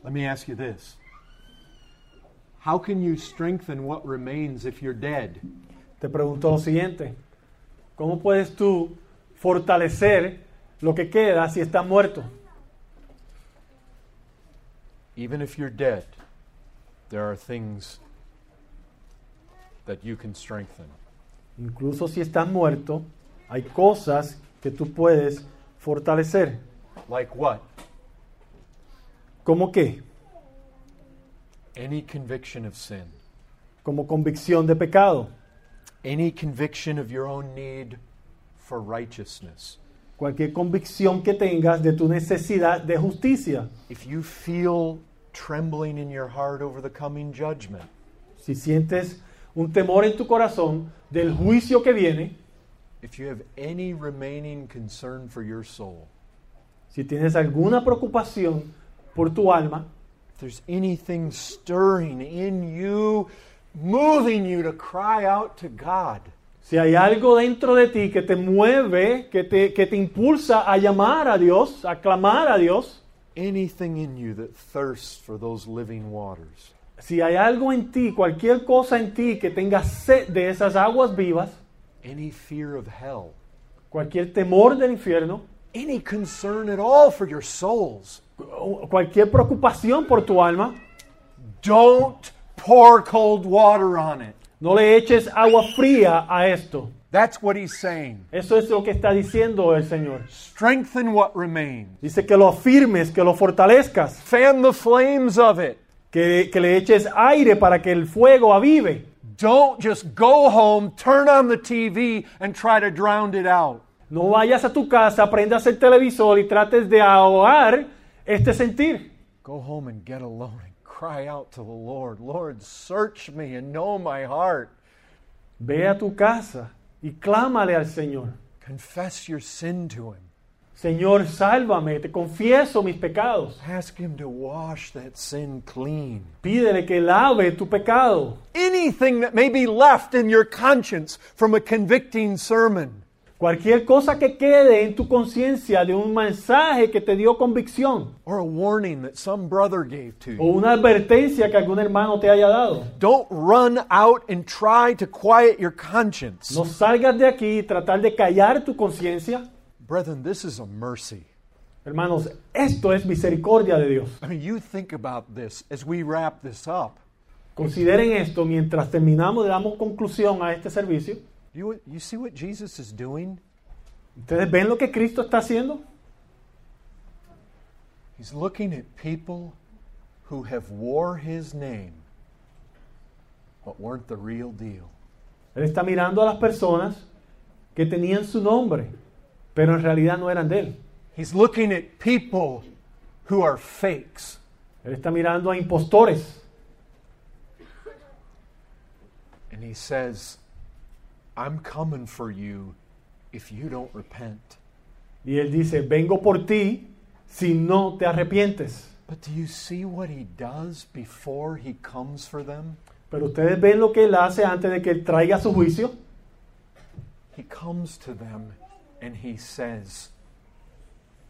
Speaker 1: Let me ask you this. How can you strengthen what remains if you're dead?
Speaker 2: Te pregunto lo siguiente, ¿cómo puedes tú fortalecer lo que queda si está muerto.
Speaker 1: Even if you're dead, there are things that you can strengthen.
Speaker 2: Incluso si estás muerto, hay cosas que tú puedes fortalecer.
Speaker 1: Like what?
Speaker 2: ¿Cómo qué?
Speaker 1: Any conviction of sin,
Speaker 2: Como convicción de pecado,
Speaker 1: any conviction of your own need for righteousness.
Speaker 2: cualquier convicción que tengas de tu necesidad de justicia.
Speaker 1: If you feel trembling in your heart over the coming judgment,
Speaker 2: Si sientes un temor en tu corazón del juicio que viene,
Speaker 1: if you have any remaining concern for your soul,
Speaker 2: si tienes alguna preocupación por tu alma,
Speaker 1: if there's anything stirring in you, moving you to cry out to God,
Speaker 2: si hay algo dentro de ti que te mueve, que te, que te impulsa a llamar a Dios, a clamar a Dios,
Speaker 1: anything in you that thirsts for those living waters,
Speaker 2: si hay algo en ti, cualquier cosa en ti que tenga sed de esas aguas vivas,
Speaker 1: any fear of hell,
Speaker 2: cualquier temor del infierno,
Speaker 1: any concern at all for your souls,
Speaker 2: o cualquier preocupación por tu alma,
Speaker 1: don't pour cold water on it.
Speaker 2: no le eches agua fría a esto.
Speaker 1: That's what he's saying.
Speaker 2: Eso es lo que está diciendo el Señor.
Speaker 1: Strengthen what remains.
Speaker 2: Dice que lo afirmes, que lo fortalezcas,
Speaker 1: Fan the flames of it.
Speaker 2: que, que le eches aire para que el fuego avive.
Speaker 1: Don't just go home, turn on the TV, and try to drown it out.
Speaker 2: No vayas a tu casa, prendas el televisor y trates de ahogar este sentir.
Speaker 1: Go home and get alone and cry out to the Lord Lord, search me and know my heart.
Speaker 2: Ve a tu casa y clámale al Señor.
Speaker 1: Confess your sin to Him.
Speaker 2: Señor, sálvame, te confieso mis pecados.
Speaker 1: Ask Him to wash that sin clean.
Speaker 2: Pídele que lave tu pecado.
Speaker 1: Anything that may be left in your conscience from a convicting sermon.
Speaker 2: Cualquier cosa que quede en tu conciencia de un mensaje que te dio convicción
Speaker 1: or a warning that some brother gave to
Speaker 2: o
Speaker 1: you.
Speaker 2: una advertencia que algún hermano te haya dado.
Speaker 1: Don't run out and try to quiet your conscience.
Speaker 2: No salgas de aquí y tratar de callar tu conciencia.
Speaker 1: Brethren, this is a mercy.
Speaker 2: Hermanos, esto es misericordia de Dios.
Speaker 1: I mean, you think about this as we wrap this up.
Speaker 2: Consideren esto mientras terminamos, le damos conclusión a este servicio.
Speaker 1: You, you see what Jesus is doing?
Speaker 2: ¿Ustedes ven lo que Cristo está haciendo?
Speaker 1: He's looking at people who have wore his name but weren't the real deal.
Speaker 2: Él está mirando a las personas que tenían su nombre, pero en realidad no eran de él.
Speaker 1: He's looking at people who are fakes.
Speaker 2: Él está mirando a impostores
Speaker 1: And he says, I'm coming for you if you don't repent.
Speaker 2: y él dice, vengo por ti si no te arrepientes.
Speaker 1: But do you see what he does before he comes for them?
Speaker 2: Pero ustedes ven lo que él hace antes de que él traiga su juicio.
Speaker 1: He comes to them and he says,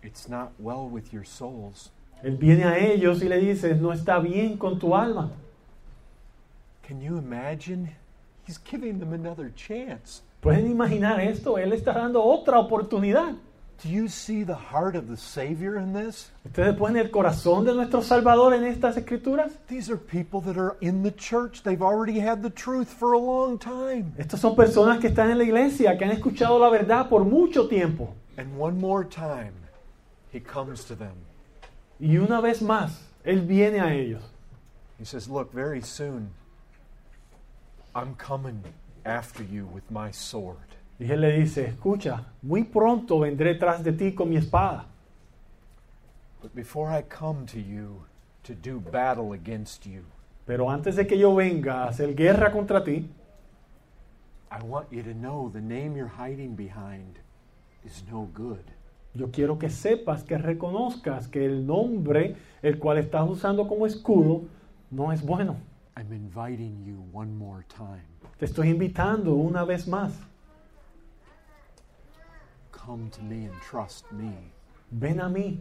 Speaker 1: It's not well with your souls.
Speaker 2: Él viene a ellos y le dice, no está bien con tu alma.
Speaker 1: Can you imagine? He's giving them another chance.
Speaker 2: ¿Pueden imaginar esto? Él está dando otra oportunidad.
Speaker 1: Do you see the heart of the Savior in this?
Speaker 2: ¿Ustedes ponen el corazón de nuestro Salvador en estas escrituras?
Speaker 1: These are people that are in the church. They've already had the truth for a long time.
Speaker 2: Estas son personas que están en la iglesia, que han escuchado la verdad por mucho tiempo.
Speaker 1: And one more time, he comes to them.
Speaker 2: Y una vez más, Él viene a ellos.
Speaker 1: He says, Look, very soon, I'm coming after you with my sword.
Speaker 2: Y Él le dice, escucha, muy pronto vendré tras de ti con mi espada.
Speaker 1: But before I come to you to do battle against you,
Speaker 2: Pero antes de que yo venga a hacer guerra contra ti,
Speaker 1: I want you to know the name you're hiding behind is no good.
Speaker 2: yo quiero que sepas, que reconozcas que el nombre el cual estás usando como escudo no es bueno.
Speaker 1: I'm inviting you one more time.
Speaker 2: Te estoy invitando una vez más.
Speaker 1: Come to me and trust me.
Speaker 2: Ven a mí,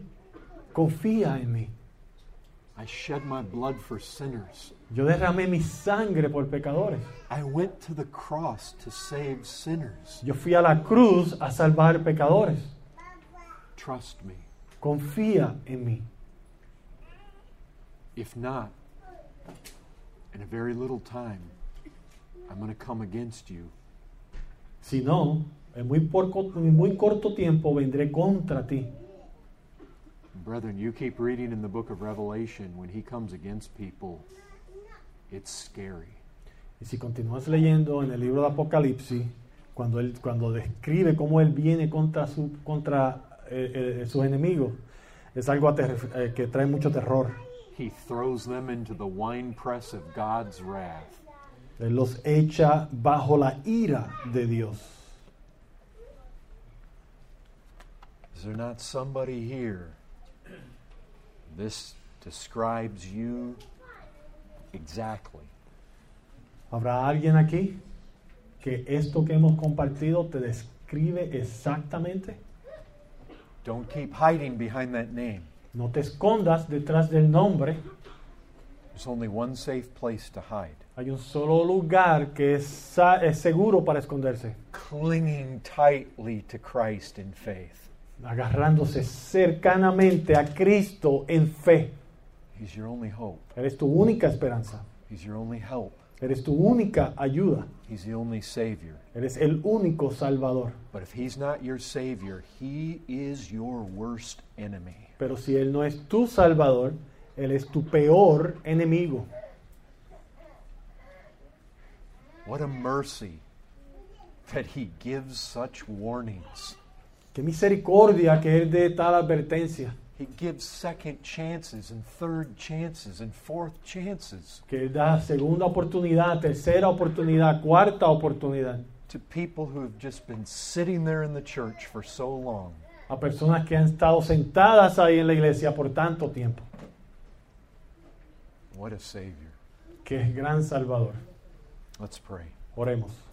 Speaker 2: confía en mí.
Speaker 1: I shed my blood for sinners.
Speaker 2: Yo derramé mi sangre por pecadores.
Speaker 1: I went to the cross to save sinners.
Speaker 2: Yo fui a la cruz a salvar pecadores.
Speaker 1: Trust me.
Speaker 2: Confía en mí.
Speaker 1: If not, in a very little time, I'm going to come against you.
Speaker 2: Si no, en muy, porco- en muy corto tiempo vendré contra ti.
Speaker 1: Brethren, you keep reading in the book of Revelation, when he comes against people, it's scary.
Speaker 2: Y si continúas leyendo en el libro de Apocalipsis, cuando, él, cuando describe cómo él viene contra, su, contra eh, eh, sus enemigos, es algo aterr- eh, que trae mucho terror.
Speaker 1: He throws them into the winepress of God's wrath.
Speaker 2: Él los echa bajo la ira de Dios.
Speaker 1: Is there not somebody here? This describes you exactly.
Speaker 2: ¿Habrá alguien aquí que esto que hemos compartido te describe exactamente?
Speaker 1: Don't keep hiding behind that name.
Speaker 2: No te escondas detrás del nombre.
Speaker 1: There's only one safe place to hide
Speaker 2: Hay un solo lugar que es, sa- es seguro para esconderse,
Speaker 1: clinging tightly to Christ in faith.
Speaker 2: agarrándose cercanamente a Cristo en fe.
Speaker 1: He's your only hope,
Speaker 2: Eres tu única esperanza,
Speaker 1: He's your only help,
Speaker 2: eres tu única ayuda,
Speaker 1: He's the only Savior.
Speaker 2: eres el único salvador.
Speaker 1: But if He's not your Savior, He is your worst enemy.
Speaker 2: Pero si Él no es tu salvador, Él es tu peor enemigo.
Speaker 1: What a mercy that He gives such warnings.
Speaker 2: Qué misericordia que Él dé tal advertencia.
Speaker 1: He gives second chances and third chances and fourth chances
Speaker 2: que Él da segunda oportunidad, tercera oportunidad, cuarta oportunidad
Speaker 1: to people who have just been sitting there in the church for so long.
Speaker 2: a personas que han estado sentadas ahí en la iglesia por tanto tiempo.
Speaker 1: What a Savior.
Speaker 2: Que es gran salvador.
Speaker 1: Let's pray.
Speaker 2: Oremos.